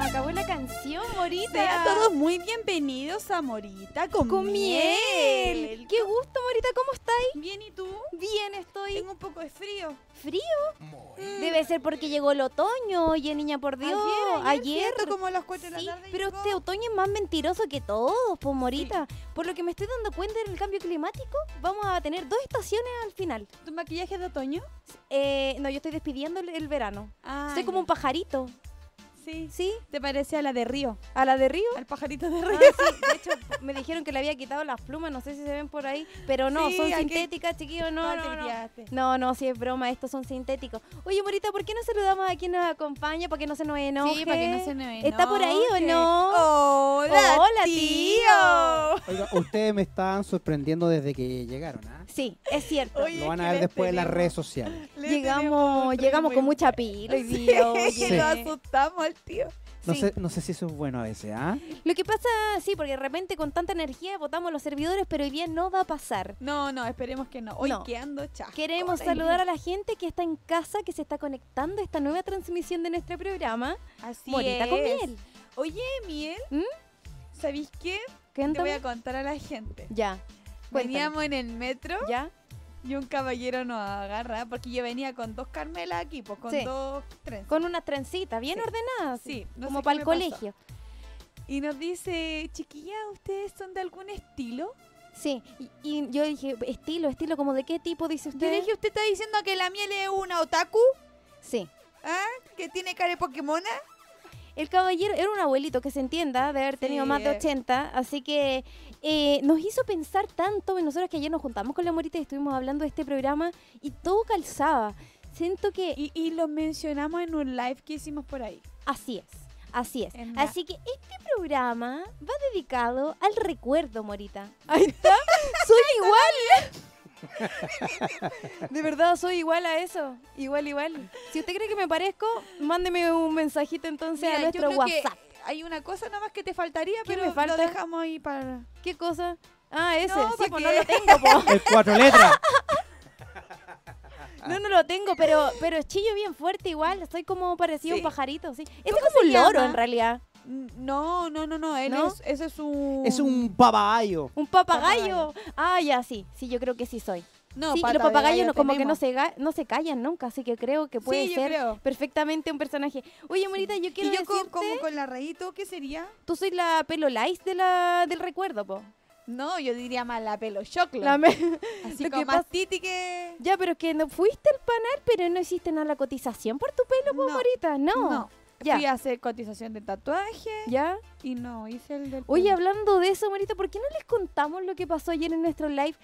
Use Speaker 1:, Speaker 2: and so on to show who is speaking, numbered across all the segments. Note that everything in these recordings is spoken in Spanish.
Speaker 1: acabó la canción, Morita.
Speaker 2: Sean todos muy bienvenidos a Morita con,
Speaker 1: con miel.
Speaker 2: miel.
Speaker 1: Qué gusto, Morita, ¿cómo estáis?
Speaker 2: Bien, ¿y tú?
Speaker 1: Bien, estoy.
Speaker 2: Tengo un poco de frío.
Speaker 1: ¿Frío? Debe ser porque llegó el otoño, oye, niña, por Dios.
Speaker 2: siento como a las 4 de
Speaker 1: Sí,
Speaker 2: la tarde.
Speaker 1: pero
Speaker 2: llegó.
Speaker 1: este otoño es más mentiroso que todos, pues Morita. Por lo que me estoy dando cuenta en el cambio climático, vamos a tener dos estaciones al final.
Speaker 2: ¿Tu maquillaje es de otoño?
Speaker 1: Eh, no, yo estoy despidiendo el, el verano.
Speaker 2: Ah,
Speaker 1: Soy como un pajarito,
Speaker 2: Sí.
Speaker 1: ¿sí?
Speaker 2: ¿Te parece a la de Río?
Speaker 1: A la de Río.
Speaker 2: Al pajarito de
Speaker 1: Ah,
Speaker 2: Río.
Speaker 1: sí, de hecho, me dijeron que le había quitado las plumas, no sé si se ven por ahí, pero no,
Speaker 2: Sí,
Speaker 1: son
Speaker 2: aquí-
Speaker 1: sintéticas, chiquillos, no,
Speaker 2: Ah,
Speaker 1: no,
Speaker 2: te
Speaker 1: no.
Speaker 2: brillaste.
Speaker 1: No, no, si es broma, estos son sintéticos. Oye, Morita, ¿por qué no saludamos a quien nos acompaña para que no se nos enoje?
Speaker 3: Sí, para que no se nos enoje.
Speaker 1: ¿Está por ahí o no?
Speaker 2: Oh. Hola,
Speaker 1: Hola,
Speaker 2: tío.
Speaker 4: Oiga, ustedes me están sorprendiendo desde que llegaron, ¿ah?
Speaker 1: Sí, es cierto.
Speaker 2: Oye,
Speaker 4: Lo van
Speaker 2: es
Speaker 4: a
Speaker 2: que
Speaker 4: ver
Speaker 2: le
Speaker 4: después en las
Speaker 2: tenemos-
Speaker 4: redes sociales.
Speaker 2: le tenemos
Speaker 1: llegamos
Speaker 2: un
Speaker 1: llegamos
Speaker 2: premio
Speaker 1: con
Speaker 2: muy
Speaker 1: mucha pila hoy
Speaker 2: Sí,
Speaker 1: día, oye.
Speaker 4: Sí.
Speaker 2: Lo asustamos al tío.
Speaker 4: No,
Speaker 1: Sí.
Speaker 4: sé, no sé si eso es bueno a veces, ¿ah?
Speaker 1: Lo que pasa, sí, porque de repente con tanta energía votamos a los servidores, pero hoy día no va a pasar.
Speaker 2: No, no, esperemos que no. Hoy
Speaker 1: No.
Speaker 2: que ando chascona.
Speaker 1: Queremos saludar a la gente que está en casa, que se está conectando a esta nueva transmisión de nuestro programa,
Speaker 2: Así
Speaker 1: Morita con
Speaker 2: es.
Speaker 1: Miel. ¿Mm?
Speaker 2: Oye, Miel, ¿sabéis qué? Te voy
Speaker 1: Cuéntame.
Speaker 2: a contar a la gente.
Speaker 1: Ya, Cuéntame.
Speaker 2: Veníamos en el metro
Speaker 1: ya,
Speaker 2: y un caballero nos agarra porque yo venía con dos Carmelas aquí, pues con
Speaker 1: Sí.
Speaker 2: dos trenes.
Speaker 1: con unas trencitas bien
Speaker 2: Sí.
Speaker 1: ordenadas,
Speaker 2: Sí, no sé
Speaker 1: como
Speaker 2: qué
Speaker 1: para el
Speaker 2: me
Speaker 1: colegio.
Speaker 2: Y nos dice, chiquilla, ¿ustedes son de algún estilo?
Speaker 1: Sí, y, y yo dije, estilo, estilo, como de qué tipo dice usted.
Speaker 2: Yo le dije, ¿usted está diciendo que la miel es una otaku?
Speaker 1: Sí.
Speaker 2: ¿Ah? ¿Que tiene cara de Pokémona?
Speaker 1: El caballero era un abuelito que se entienda de haber tenido
Speaker 2: Sí,
Speaker 1: más de
Speaker 2: eh.
Speaker 1: 80, así que eh, nos hizo pensar tanto, y nosotros que ayer nos juntamos con la Morita y estuvimos hablando de este programa, y todo calzaba. Siento que
Speaker 2: Y, y lo mencionamos en un live que hicimos por ahí.
Speaker 1: así es, así es.
Speaker 2: En la-
Speaker 1: Así que este programa va dedicado al recuerdo, Morita.
Speaker 2: Ahí
Speaker 1: está, soy igual. De verdad, soy igual a eso, igual, igual. Si usted cree que me parezco, mándeme un mensajito entonces a
Speaker 2: Mira, yo
Speaker 1: nuestro
Speaker 2: creo que
Speaker 1: WhatsApp.
Speaker 2: Hay una cosa nomás que te faltaría,
Speaker 1: ¿Qué
Speaker 2: pero
Speaker 1: me falta?
Speaker 2: lo dejamos ahí para...
Speaker 1: ¿Qué cosa? Ah, ese.
Speaker 2: No,
Speaker 1: sí,
Speaker 2: ¿pa'
Speaker 1: pues no
Speaker 2: qué?
Speaker 1: lo tengo, po.
Speaker 4: Es cuatro letras.
Speaker 1: No, no lo tengo, pero, pero chillo bien fuerte igual. Estoy como parecido a un
Speaker 2: Sí.
Speaker 1: pajarito, sí. Este es como un
Speaker 2: llama?
Speaker 1: loro, en realidad.
Speaker 2: No, no, no, no. Él
Speaker 1: ¿No?
Speaker 2: Es, ese es un...
Speaker 4: Es un papagayo.
Speaker 1: Un papagayo. Ah, ya, sí. Sí, yo creo que sí soy.
Speaker 2: No,
Speaker 1: sí,
Speaker 2: pata
Speaker 1: los
Speaker 2: de
Speaker 1: papagayos
Speaker 2: gallo
Speaker 1: no- como que no
Speaker 2: tenemos.
Speaker 1: se, ga- no se callan nunca, así que creo que puede
Speaker 2: yo
Speaker 1: ser
Speaker 2: creo.
Speaker 1: perfectamente un personaje. Oye, Morita, yo quiero
Speaker 2: Y yo
Speaker 1: decirte...
Speaker 2: co- como con la raíto, ¿qué sería?
Speaker 1: Tú soy la pelo lice de la, del recuerdo, po.
Speaker 2: No, yo diría más la pelo choclo.
Speaker 1: La me-
Speaker 2: Así
Speaker 1: lo
Speaker 2: como
Speaker 1: que
Speaker 2: más
Speaker 1: pasa-
Speaker 2: titi que...
Speaker 1: Ya, pero es que no fuiste al panel, pero no hiciste nada la cotización por tu pelo, po,
Speaker 2: No,
Speaker 1: Morita. No.
Speaker 2: No.
Speaker 1: Ya.
Speaker 2: Fui a hacer cotización de tatuaje
Speaker 1: ¿Ya?
Speaker 2: y no, hice el del...
Speaker 1: Oye,
Speaker 2: pelo.
Speaker 1: hablando de eso, Marita, ¿por qué no les contamos lo que pasó ayer en nuestro live?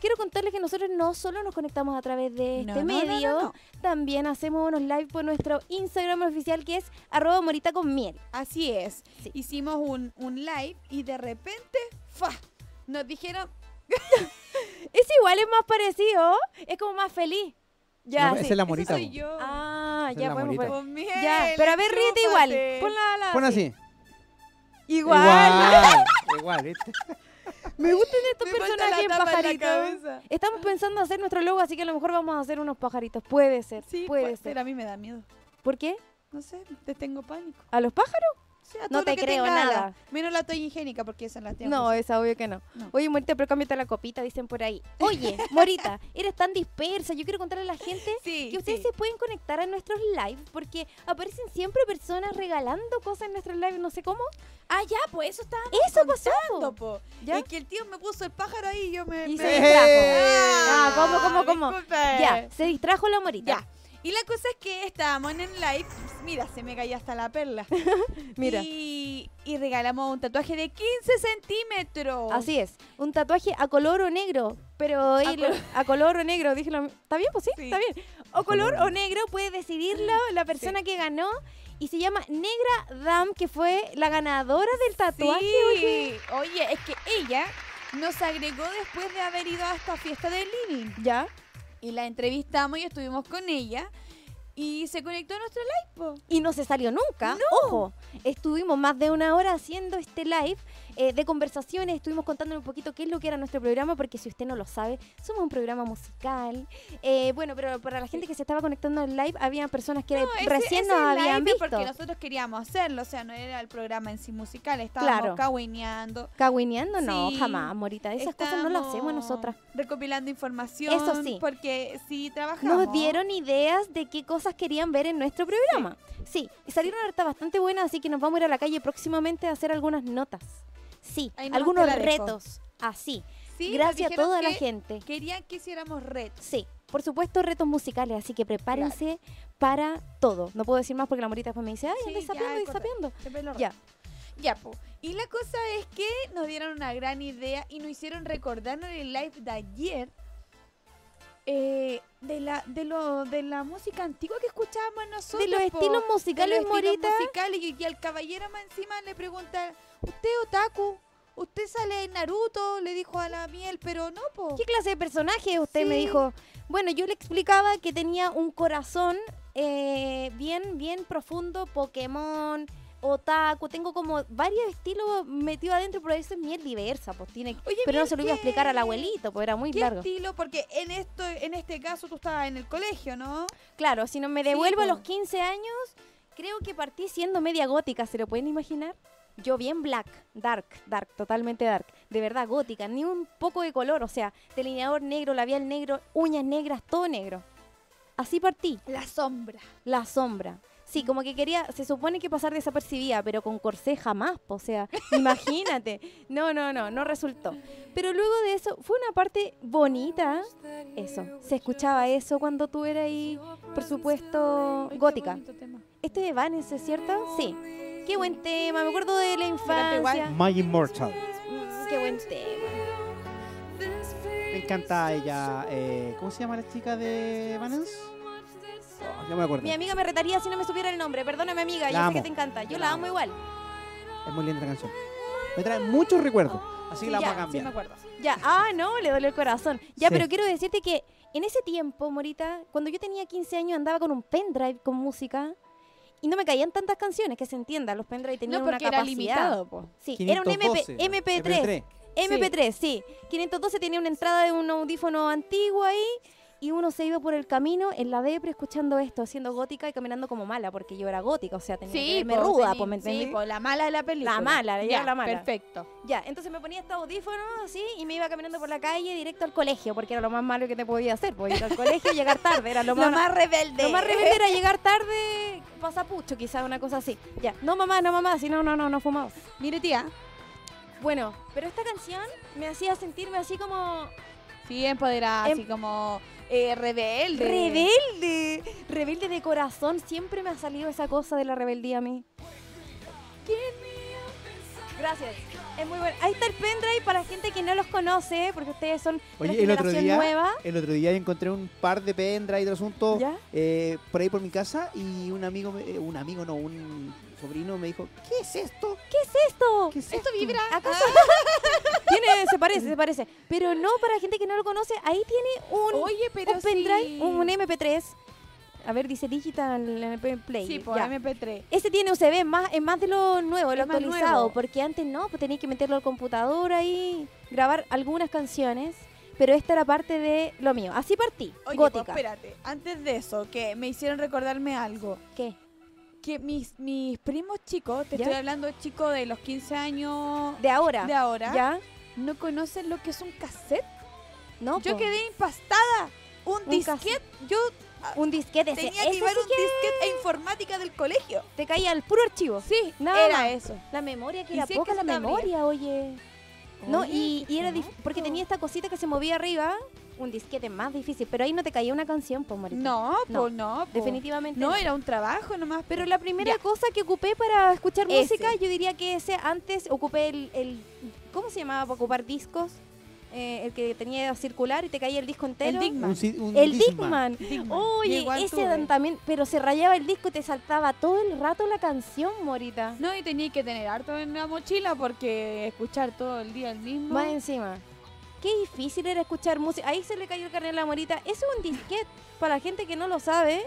Speaker 1: Quiero contarles que nosotros no solo nos conectamos a través de
Speaker 2: No,
Speaker 1: este
Speaker 2: no, no, no,
Speaker 1: medio,
Speaker 2: no.
Speaker 1: también hacemos unos live por nuestro Instagram oficial que es arroba morita con miel.
Speaker 2: Así es.
Speaker 1: Sí.
Speaker 2: Hicimos un, un live y de repente, ¡fa! Nos dijeron,
Speaker 1: Es igual, es más parecido, es como más feliz. Ya,
Speaker 4: No,
Speaker 1: sí.
Speaker 4: esa es la
Speaker 2: ese
Speaker 4: morita.
Speaker 2: soy
Speaker 4: po.
Speaker 2: yo.
Speaker 1: Ah,
Speaker 4: Esa es
Speaker 1: ya,
Speaker 4: la
Speaker 1: bueno,
Speaker 4: Morita.
Speaker 1: pues.
Speaker 2: Con miel,
Speaker 1: Ya, pero a ver, ríete igual.
Speaker 2: chúpate.
Speaker 1: Ponla la-
Speaker 4: Pon así.
Speaker 1: Igual.
Speaker 4: Igual. Igual, ¿viste?
Speaker 1: Me gustan estos
Speaker 2: Me falta la
Speaker 1: personajes
Speaker 2: tapa en la
Speaker 1: pajaritos.
Speaker 2: cabeza.
Speaker 1: Estamos pensando hacer nuestro logo, así que a lo mejor vamos a hacer unos pajaritos. Puede ser,
Speaker 2: Sí,
Speaker 1: puede,
Speaker 2: puede
Speaker 1: ser.
Speaker 2: ser. A mí me da miedo.
Speaker 1: ¿Por qué?
Speaker 2: No sé, te tengo pánico.
Speaker 1: ¿A los pájaros?
Speaker 2: Sí, a
Speaker 1: No
Speaker 2: todo lo
Speaker 1: te
Speaker 2: que
Speaker 1: creo
Speaker 2: tenga alas.
Speaker 1: nada.
Speaker 2: Menos la toalla higiénica porque esa la tengo.
Speaker 4: pues.
Speaker 1: No, eh, es obvio que no.
Speaker 2: No.
Speaker 1: Oye, Morita, pero cámbiate la copita, dicen por ahí. Oye, Morita, eres tan dispersa. Yo quiero contarle a la gente
Speaker 2: sí,
Speaker 1: que ustedes
Speaker 2: sí.
Speaker 1: se pueden conectar a nuestros live porque aparecen siempre personas regalando cosas en nuestros live, no sé cómo.
Speaker 2: Ah, ya, pues eso estaba
Speaker 1: Eso pasó. po.
Speaker 2: po.
Speaker 1: ¿Ya?
Speaker 2: Es que el tío me puso el pájaro ahí y yo me...
Speaker 1: Y
Speaker 2: me-
Speaker 1: se distrajo.
Speaker 2: pues. Ah,
Speaker 1: Ah, ¿cómo, cómo, cómo?
Speaker 2: disculpe.
Speaker 1: Ya, se distrajo la Morita.
Speaker 2: Ya. Y la cosa es que estábamos en el live. Mira, se me cayó hasta la perla.
Speaker 1: Mira.
Speaker 2: Y, y regalamos un tatuaje de 15 centímetros.
Speaker 1: Así es, un tatuaje a color o negro, pero ahí lo- a,
Speaker 2: col-
Speaker 1: color o negro, dije, lo- ¿está bien? Pues sí,
Speaker 2: Sí. Mm,
Speaker 1: está bien. O color o negro puede decidirlo la persona que ganó y se llama Negra Dam, que fue la ganadora del
Speaker 2: Sí.
Speaker 1: tatuaje. oye.
Speaker 2: Oye, es que ella nos agregó después de haber ido a esta fiesta de Living.
Speaker 1: Ya,
Speaker 2: Y la entrevistamos y estuvimos con ella. Y se conectó a nuestro live, po.
Speaker 1: y no se salió nunca. Ojo, estuvimos más de una hora haciendo este live eh, de conversaciones, estuvimos contándole un poquito qué es lo que era nuestro programa, porque si usted no lo sabe, somos un programa musical. Eh, bueno, pero para la gente que se estaba conectando al live, había personas que
Speaker 2: No, ese-
Speaker 1: recién
Speaker 2: ese
Speaker 1: nos
Speaker 2: live
Speaker 1: habían
Speaker 2: es
Speaker 1: visto.
Speaker 2: Porque nosotros queríamos hacerlo, o sea, no era el programa en sí musical, estábamos
Speaker 1: Claro.
Speaker 2: cagüineando.
Speaker 1: Cagüineando, no,
Speaker 2: Sí,
Speaker 1: jamás, Morita. Esas cosas no las hacemos
Speaker 2: estábamos
Speaker 1: nosotras.
Speaker 2: Recopilando información.
Speaker 1: Eso sí.
Speaker 2: Porque sí trabajamos.
Speaker 1: Nos dieron ideas de qué cosas querían ver en nuestro programa. Sí, y salieron hartas bastante buenas, así que nos vamos a ir a la calle próximamente a hacer algunas notas. Sí,
Speaker 2: Ahí nomás
Speaker 1: algunos
Speaker 2: te la dejo.
Speaker 1: retos. Así.
Speaker 2: Sí, nos
Speaker 1: Gracias a
Speaker 2: dijeron
Speaker 1: toda la
Speaker 2: que
Speaker 1: gente.
Speaker 2: Querían que hiciéramos retos.
Speaker 1: Sí, por supuesto, retos musicales, así que prepárense para todo. No puedo decir más porque la morita después me dice, ay,
Speaker 2: Sí,
Speaker 1: andes
Speaker 2: ya,
Speaker 1: sapeando, andes
Speaker 2: corta.
Speaker 1: sapeando.
Speaker 2: Siempre los
Speaker 1: Ya.
Speaker 2: Ya, po. Y la cosa es que nos dieron una gran idea y nos hicieron recordar en el live de ayer eh, de, la, de, lo, de la música antigua que escuchábamos nosotros.
Speaker 1: De los
Speaker 2: po.
Speaker 1: estilos musicales,
Speaker 2: de los estilos
Speaker 1: morita.
Speaker 2: musicales. Y, y al caballero más encima le pregunta, ¿usted otaku? ¿Usted sale en Naruto? Le dijo a la miel, pero no, po.
Speaker 1: ¿Qué clase de personaje? Usted me
Speaker 2: Sí.
Speaker 1: dijo. Bueno, yo le explicaba que tenía un corazón eh, bien, bien profundo, Pokémon, otaku. Tengo como varios estilos metidos adentro, pero eso es miel diversa, pues tiene.
Speaker 2: Oye,
Speaker 1: pero no
Speaker 2: miel,
Speaker 1: se lo iba a
Speaker 2: ¿qué-
Speaker 1: explicar al abuelito, pues era muy
Speaker 2: ¿Qué
Speaker 1: largo.
Speaker 2: estilo? Porque en esto, en este caso tú estabas en el colegio, ¿no?
Speaker 1: Claro, si no me devuelvo a
Speaker 2: po.
Speaker 1: los 15 años, creo que partí siendo media gótica, ¿se lo pueden imaginar? Yo bien black, dark, dark, totalmente dark. De verdad, gótica, ni un poco de color, o sea, delineador negro, labial negro, uñas negras, todo negro. Así partí,
Speaker 2: La sombra.
Speaker 1: la sombra. Sí, como que quería, se supone que pasar desapercibida, pero con corsé jamás, po, o sea, imagínate. No, no, no, no resultó. Pero luego de eso, fue una parte bonita, eso. Se escuchaba eso cuando tú eras ahí por supuesto, gótica. Este de Vanessa, ¿cierto? Sí. Qué buen tema, me acuerdo de la infancia.
Speaker 4: My Immortal.
Speaker 1: Mm, Qué buen tema.
Speaker 4: Me encanta ella. eh, ¿Cómo se llama la chica de Vanessa? Oh, no me acuerdo.
Speaker 1: Mi amiga me retaría si no me supiera el nombre. Perdóname, amiga,
Speaker 4: La
Speaker 1: yo sé que
Speaker 4: amo.
Speaker 1: te encanta. Yo
Speaker 4: Yo
Speaker 1: la
Speaker 4: la
Speaker 1: amo igual.
Speaker 4: Es muy linda la canción. Me trae muchos recuerdos. Así que la
Speaker 1: Sí,
Speaker 4: vamos a
Speaker 1: ya,
Speaker 2: Sí, me
Speaker 4: cambiar.
Speaker 2: acuerdo.
Speaker 1: Ya, ah, no, le dolió el corazón. Ya,
Speaker 4: Sí.
Speaker 1: pero quiero decirte que en ese tiempo, Morita, cuando yo tenía 15 años andaba con un pendrive con música y no me caían tantas canciones, que se entienda, los pendrive tenían
Speaker 2: No,
Speaker 1: una
Speaker 2: porque
Speaker 1: capacidad.
Speaker 2: era limitado, po.
Speaker 1: Sí, era un MP,
Speaker 4: 512,
Speaker 1: MP3. MP3, sí. 512 tenía una entrada de un audífono antiguo ahí y uno se iba por el camino en la depre escuchando esto, haciendo gótica y caminando como mala, porque yo era gótica, o sea, tenía que verme
Speaker 2: po,
Speaker 1: ruda,
Speaker 2: tení-
Speaker 1: pues, ¿me
Speaker 2: Sí,
Speaker 1: entendí?
Speaker 2: po, la mala de la película.
Speaker 1: La mala, ella
Speaker 2: ya,
Speaker 1: era la mala.
Speaker 2: Perfecto.
Speaker 1: Ya, entonces me ponía estos audífonos así y me iba caminando por la calle directo al colegio, porque era lo más malo que te podía hacer, porque ir al colegio y llegar tarde, era lo más...
Speaker 2: rebelde.
Speaker 1: lo más rebelde era llegar tarde, pasapucho, quizás una cosa así. Ya, no mamá, no mamá, si no, no, no, no fumabas.
Speaker 2: Mire, tía.
Speaker 1: Bueno, pero esta canción me hacía sentirme así como
Speaker 2: Sí, empoderada,
Speaker 1: Em-
Speaker 2: así como eh, rebelde.
Speaker 1: Rebelde, rebelde de corazón. Siempre me ha salido esa cosa de la rebeldía a mí. Gracias. Es muy bueno. Ahí está el pendrive para gente que no los conoce, porque ustedes son de la
Speaker 4: Oye, el otro
Speaker 1: generación
Speaker 4: día,
Speaker 1: nueva.
Speaker 4: el otro día encontré un par de pendrive del asunto
Speaker 1: ¿Ya?
Speaker 4: eh, por ahí por mi casa y un amigo, me- eh, un amigo no, un sobrino me dijo, ¿qué es esto?
Speaker 1: Esto,
Speaker 4: ¿Qué es
Speaker 2: Esto vibra.
Speaker 1: ¿acaso? tiene, se parece, se parece. Pero no para gente que no lo conoce. Ahí tiene un,
Speaker 2: Oye, pero
Speaker 1: un pendrive,
Speaker 2: sí.
Speaker 1: un, un MP3. A ver, dice digital eh, play.
Speaker 2: Sí, pues, por
Speaker 1: Ya.
Speaker 2: MP3.
Speaker 1: Este tiene USB, es más, es más de lo nuevo, de lo
Speaker 2: Es más
Speaker 1: actualizado,
Speaker 2: nuevo.
Speaker 1: porque antes no, pues tenías que meterlo al computador ahí, grabar algunas canciones, pero esta era parte de lo mío. Así partí,
Speaker 2: Oye, pues,
Speaker 1: gótica.
Speaker 2: espérate. Antes de eso, que me hicieron recordarme algo.
Speaker 1: ¿Qué?
Speaker 2: Que mis, mis primos chicos, te
Speaker 1: ¿Ya?
Speaker 2: estoy hablando chicos de los 15 años
Speaker 1: De ahora.
Speaker 2: de ahora,
Speaker 1: ¿Ya?
Speaker 2: no conocen lo que es un cassette.
Speaker 1: No,
Speaker 2: Yo
Speaker 1: po.
Speaker 2: quedé impastada. Un,
Speaker 1: Un
Speaker 2: disquete. Yo
Speaker 1: un disquete. ese-
Speaker 2: tenía
Speaker 1: ese
Speaker 2: que llevar
Speaker 1: sí
Speaker 2: un disquete e informática del colegio.
Speaker 1: Te caía el puro archivo.
Speaker 2: Sí,
Speaker 1: Nada
Speaker 2: era
Speaker 1: más.
Speaker 2: eso.
Speaker 1: La memoria, que
Speaker 2: Y
Speaker 1: era
Speaker 2: si es que
Speaker 1: poca
Speaker 2: se
Speaker 1: la
Speaker 2: te abría.
Speaker 1: memoria, oye. No,
Speaker 2: Oye,
Speaker 1: y,
Speaker 2: qué
Speaker 1: y era dif-
Speaker 2: cuático.
Speaker 1: porque tenía esta cosita que se movía arriba, un disquete más difícil, pero ahí no te caía una canción, pues, Morita.
Speaker 2: No,
Speaker 1: No,
Speaker 2: pues no. po.
Speaker 1: Definitivamente.
Speaker 2: No, era un trabajo nomás,
Speaker 1: Pero
Speaker 2: pero
Speaker 1: la primera cosa que ocupé para escuchar
Speaker 2: Ese.
Speaker 1: música, yo diría que ese antes ocupé el, el- ¿cómo se llamaba para ocupar discos? Eh, el que tenía circular y te caía el disco entero.
Speaker 2: El Discman.
Speaker 4: Un si- un
Speaker 1: El Discman.
Speaker 4: Discman.
Speaker 2: Digman. Yo
Speaker 1: Oye,
Speaker 2: igual
Speaker 1: ese
Speaker 2: tuve.
Speaker 1: dan- también, pero se rayaba el disco y te saltaba todo el rato la canción, Morita.
Speaker 2: No, y tenía que tener harto en la mochila porque escuchar todo el día el mismo.
Speaker 1: Más encima. Qué difícil era escuchar música. Ahí se le cayó el carnet a la Morita. Eso es un disquete. Para la gente que no lo sabe,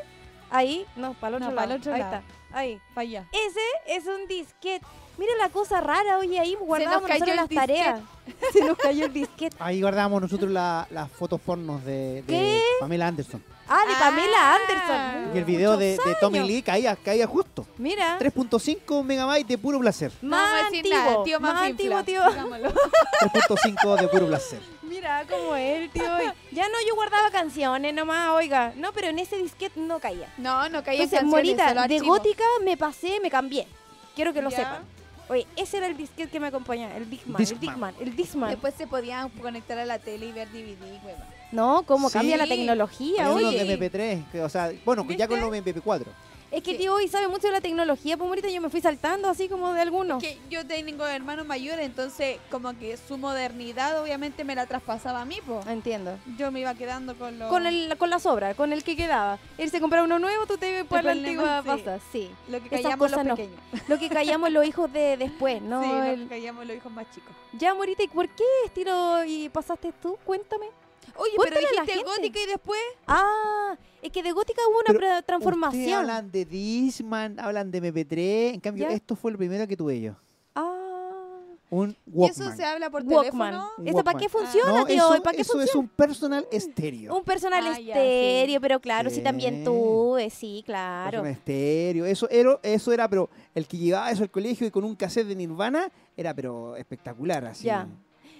Speaker 1: Ahí, no, para el otro
Speaker 2: No,
Speaker 1: lado.
Speaker 2: pa'l otro
Speaker 1: ahí
Speaker 2: lado.
Speaker 1: está, ahí.
Speaker 2: Para allá.
Speaker 1: Ese es un disquete. Mira la cosa rara, oye, ahí guardábamos
Speaker 2: cayó
Speaker 1: nosotros
Speaker 2: el
Speaker 1: las tareas. Se nos cayó el disquete.
Speaker 4: Ahí guardábamos nosotros la- las fotos pornos de, de
Speaker 1: ¿Qué?
Speaker 4: Pamela Anderson.
Speaker 1: Ah, de Pamela
Speaker 2: Ah.
Speaker 1: Anderson.
Speaker 4: Y el video
Speaker 1: Muchos
Speaker 4: de, de Tommy
Speaker 1: años.
Speaker 4: Lee caía, caía justo.
Speaker 1: Mira.
Speaker 4: 3.5 megabytes de puro placer.
Speaker 2: No vamos a
Speaker 1: Más
Speaker 2: decir nada,
Speaker 1: antiguo.
Speaker 2: tío
Speaker 1: Más
Speaker 2: Manfifla,
Speaker 1: antiguo, tío.
Speaker 2: digámoslo.
Speaker 4: 3.5 de puro placer.
Speaker 1: Mira cómo es el tío. hoy. Ya no, yo guardaba canciones nomás, oiga. No, pero en ese disquete no caía.
Speaker 2: No, no caí en
Speaker 1: Entonces,
Speaker 2: canciones, solo
Speaker 1: Morita, de
Speaker 2: archivos.
Speaker 1: gótica me pasé, me cambié. Quiero que lo
Speaker 2: Ya.
Speaker 1: sepan. Oye, ese era el disquete que me acompañaba, el Discman, el
Speaker 4: Discman.
Speaker 1: Discman, el Discman.
Speaker 2: Después se podían conectar a la tele y ver DVD, hueva.
Speaker 1: No, cómo
Speaker 4: Sí.
Speaker 1: cambia la
Speaker 4: Hay
Speaker 1: tecnología,
Speaker 4: unos
Speaker 1: oye.
Speaker 4: de MP3, que, o sea, bueno, que ya con los MP4.
Speaker 1: Es que
Speaker 2: Sí.
Speaker 1: el tío hoy sabe mucho de la tecnología, pues Morita, yo me fui saltando así como de algunos.
Speaker 2: Que yo tengo hermanos mayores, entonces como que su modernidad obviamente me la traspasaba a mí, po.
Speaker 1: Entiendo.
Speaker 2: Yo me iba quedando con lo,
Speaker 1: Con, el, con la sobra, con el que quedaba. Él se compraba uno nuevo, tú te ibas por la
Speaker 2: ponías
Speaker 1: antigua
Speaker 2: más, sí.
Speaker 1: pasta. Sí.
Speaker 2: lo que
Speaker 1: esas
Speaker 2: callamos los
Speaker 1: cosas no.
Speaker 2: pequeños.
Speaker 1: Lo que callamos los hijos de después, ¿no?
Speaker 2: sí, lo
Speaker 1: El-
Speaker 2: que callamos los hijos más chicos.
Speaker 1: Ya, Morita, ¿y por qué estilo y pasaste tú? Cuéntame.
Speaker 2: Oye,
Speaker 1: Cuéntale a la
Speaker 2: pero dijiste
Speaker 1: gente.
Speaker 2: gótica y después...
Speaker 1: Ah, es que de gótica hubo una
Speaker 4: Pero
Speaker 1: pra-
Speaker 4: Ustedes
Speaker 1: transformación.
Speaker 4: hablan de Disman, hablan de MP3. En cambio,
Speaker 1: ¿Ya?
Speaker 4: esto fue lo primero que tuve yo.
Speaker 1: Ah,
Speaker 4: Un
Speaker 2: Y eso se
Speaker 4: Walkman.
Speaker 2: habla por
Speaker 1: Walkman.
Speaker 2: teléfono.
Speaker 4: Un
Speaker 1: ¿Eso para
Speaker 4: Walkman.
Speaker 1: qué funciona,
Speaker 4: no,
Speaker 1: tío?
Speaker 4: eso,
Speaker 1: ¿Para qué
Speaker 4: eso
Speaker 1: funciona?
Speaker 4: es un personal estéreo.
Speaker 1: Un personal
Speaker 2: Ah, ya, sí.
Speaker 1: estéreo, pero claro, sí.
Speaker 4: Sí.
Speaker 1: también tuve, sí, claro.
Speaker 4: Personal estéreo. Eso era, eso era, pero el que llegaba a eso al colegio y con un cassette de Nirvana era, pero espectacular. Así.
Speaker 1: Ya.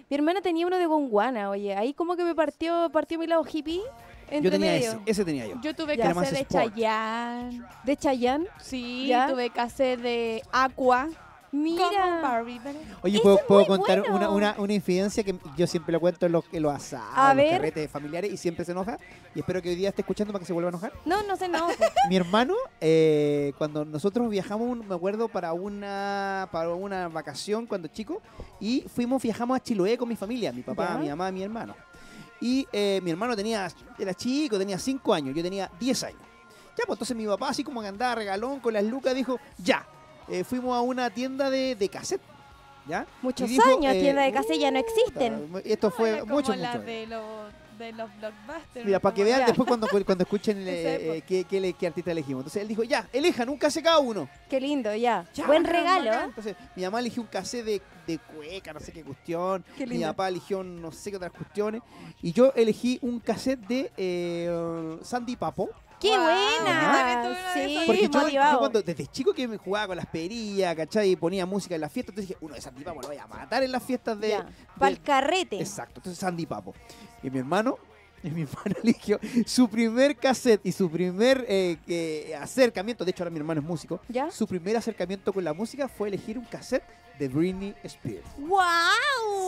Speaker 1: Mi hermana tenía uno de Gonguana, oye, ahí como que me partió, partió mi lado hippie entre
Speaker 4: Yo tenía
Speaker 1: medio.
Speaker 4: ese, ese tenía yo.
Speaker 2: Yo tuve
Speaker 1: Ya.
Speaker 2: que hacer de
Speaker 4: Sport.
Speaker 2: Chayanne.
Speaker 1: De Chayanne,
Speaker 2: Sí,
Speaker 1: ¿Ya?
Speaker 2: tuve que hacer de Aqua. Como
Speaker 1: mira.
Speaker 2: Barbie, ¿verdad?
Speaker 4: Oye,
Speaker 1: Ese
Speaker 4: ¿puedo,
Speaker 1: es
Speaker 4: puedo
Speaker 1: muy
Speaker 4: contar
Speaker 1: bueno.
Speaker 4: una, una, una infidencia que yo siempre lo cuento en los, en los asados,
Speaker 1: A
Speaker 4: en los
Speaker 1: ver.
Speaker 4: carretes familiares y siempre se enoja? Y espero que hoy día esté escuchando para que se vuelva a enojar.
Speaker 1: No, no sé, no.
Speaker 4: Mi hermano, eh, cuando nosotros viajamos, un- me acuerdo, para una, para una vacación cuando chico, y fuimos, viajamos a Chiloé con mi familia, mi papá,
Speaker 1: Ya.
Speaker 4: mi mamá, mi hermano. Y eh, mi hermano tenía, era chico, tenía 5 años, yo tenía 10 años. Ya, pues entonces mi papá, así como que andaba regalón con las lucas, dijo, ya, Eh, fuimos a una tienda de, de cassette. ¿Ya?
Speaker 1: Muchos
Speaker 4: dijo,
Speaker 1: años,
Speaker 4: eh,
Speaker 1: tienda de casa ya no existen.
Speaker 4: Esto fue
Speaker 2: Era como
Speaker 4: mucho,
Speaker 2: la
Speaker 4: mucho.
Speaker 2: de los, de los blockbusters.
Speaker 4: Mira, para que
Speaker 2: como-
Speaker 4: vean
Speaker 1: ya.
Speaker 4: después cuando, cuando escuchen el,
Speaker 2: Esa
Speaker 4: eh,
Speaker 2: época.
Speaker 4: eh, qué, qué le- qué artista elegimos. Entonces él dijo, ya, elijan un cassette cada uno.
Speaker 1: Qué lindo, ya.
Speaker 4: Ya,
Speaker 1: Buen
Speaker 4: bacán, bacán.
Speaker 1: regalo.
Speaker 4: Entonces mi mamá eligió un cassette de, de cueca, no sé qué cuestión.
Speaker 1: Qué
Speaker 4: Mi
Speaker 1: lindo.
Speaker 4: papá eligió no sé qué otras cuestiones. Y yo elegí un cassette de eh, Sandy Papo.
Speaker 1: ¡Qué
Speaker 2: Guau, también tuve
Speaker 1: buena!
Speaker 2: una de
Speaker 1: Sí,
Speaker 2: esas.
Speaker 4: Porque yo- yo,
Speaker 1: motivado.
Speaker 4: cuando desde chico que me jugaba con las perillas, ¿cachai? Y ponía música en las fiestas. Entonces dije, uno de Sandy Papo lo voy a matar en las fiestas de,
Speaker 1: Para
Speaker 4: del-
Speaker 1: el carrete.
Speaker 4: Exacto, entonces Sandy Papo. Y mi hermano, y mi hermano eligió su primer cassette y su primer eh, eh, acercamiento, de hecho ahora mi hermano es músico,
Speaker 1: ¿Ya?
Speaker 4: su primer acercamiento con la música fue elegir un cassette de Britney Spears.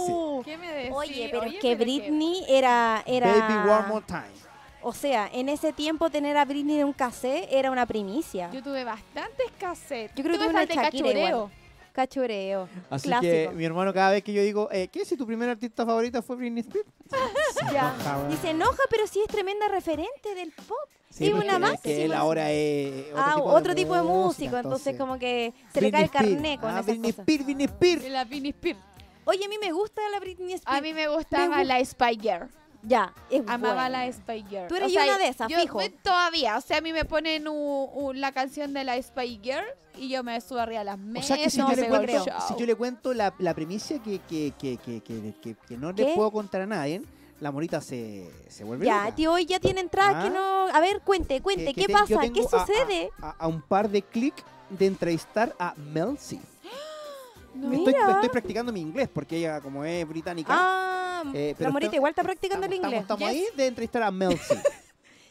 Speaker 1: ¡Wow!
Speaker 2: ¿Qué me decís?
Speaker 1: Oye, pero es
Speaker 2: Oye,
Speaker 1: que
Speaker 2: pero
Speaker 1: Britney era, era...
Speaker 4: Baby One More Time.
Speaker 1: O sea, en ese tiempo tener a Britney en un cassette era una primicia.
Speaker 2: Yo tuve bastantes cassettes.
Speaker 1: Yo creo que
Speaker 2: tuve
Speaker 1: una
Speaker 2: hasta de
Speaker 1: Shakira igual.
Speaker 2: cachureo.
Speaker 1: Cachureo.
Speaker 4: Así
Speaker 1: Clásico.
Speaker 4: que mi hermano cada vez que yo digo, eh, ¿qué si tu primer artista favorita fue Britney Spears? Se
Speaker 1: Ya.
Speaker 4: enoja, weón.
Speaker 1: Y se enoja, pero sí es tremenda referente del pop.
Speaker 4: Sí,
Speaker 1: y
Speaker 4: porque
Speaker 1: una
Speaker 4: es
Speaker 1: más,
Speaker 4: que
Speaker 1: sí,
Speaker 4: él
Speaker 1: más.
Speaker 4: ahora es otro,
Speaker 1: ah,
Speaker 4: tipo,
Speaker 1: otro
Speaker 4: de
Speaker 1: tipo de música,
Speaker 4: música,
Speaker 1: entonces, como que se le cae el
Speaker 4: Britney
Speaker 1: carné
Speaker 4: Spears.
Speaker 1: con
Speaker 4: ah,
Speaker 1: esas
Speaker 4: Britney
Speaker 1: cosas.
Speaker 4: Spears, Britney Spears.
Speaker 2: La Britney Spears.
Speaker 1: Oye, a mí me gusta la Britney Spears.
Speaker 2: A mí me gustaba
Speaker 1: Me gu-
Speaker 2: la Spy Girl.
Speaker 1: Ya, es
Speaker 2: Amaba
Speaker 1: buena.
Speaker 2: la Spy Girl.
Speaker 1: Tú eres una de esas,
Speaker 2: yo
Speaker 1: fijo.
Speaker 2: me- todavía, o sea, a mí me ponen u- u- la canción de la Spy Girl y yo me subo arriba a las
Speaker 4: O
Speaker 2: mesas.
Speaker 4: sea que si,
Speaker 1: No,
Speaker 4: yo, le
Speaker 1: se
Speaker 4: cuento,
Speaker 1: golpeó.
Speaker 4: si yo le cuento la, la primicia que, que, que, que, que, que- que no
Speaker 1: ¿Qué?
Speaker 4: le puedo contar a nadie, la morita se, se vuelve
Speaker 1: Ya,
Speaker 4: loca.
Speaker 1: tío, hoy ya tiene entradas que
Speaker 4: Ah.
Speaker 1: no... A ver, cuente,
Speaker 4: Que-
Speaker 1: cuente,
Speaker 4: que
Speaker 1: ¿qué
Speaker 4: te- yo
Speaker 1: pasa? ¿Qué
Speaker 4: tengo a- a-
Speaker 1: sucede?
Speaker 4: A, a un par de clics de entrevistar a Mel C.
Speaker 2: No.
Speaker 4: Estoy,
Speaker 1: Mira.
Speaker 4: estoy practicando mi inglés porque ella, como es británica,
Speaker 1: Ah,
Speaker 4: Eh, pero
Speaker 1: la morita
Speaker 4: está-
Speaker 1: igual está practicando
Speaker 4: estamos,
Speaker 1: el inglés.
Speaker 4: estamos- estamos ahí de entrevistar a Mel C.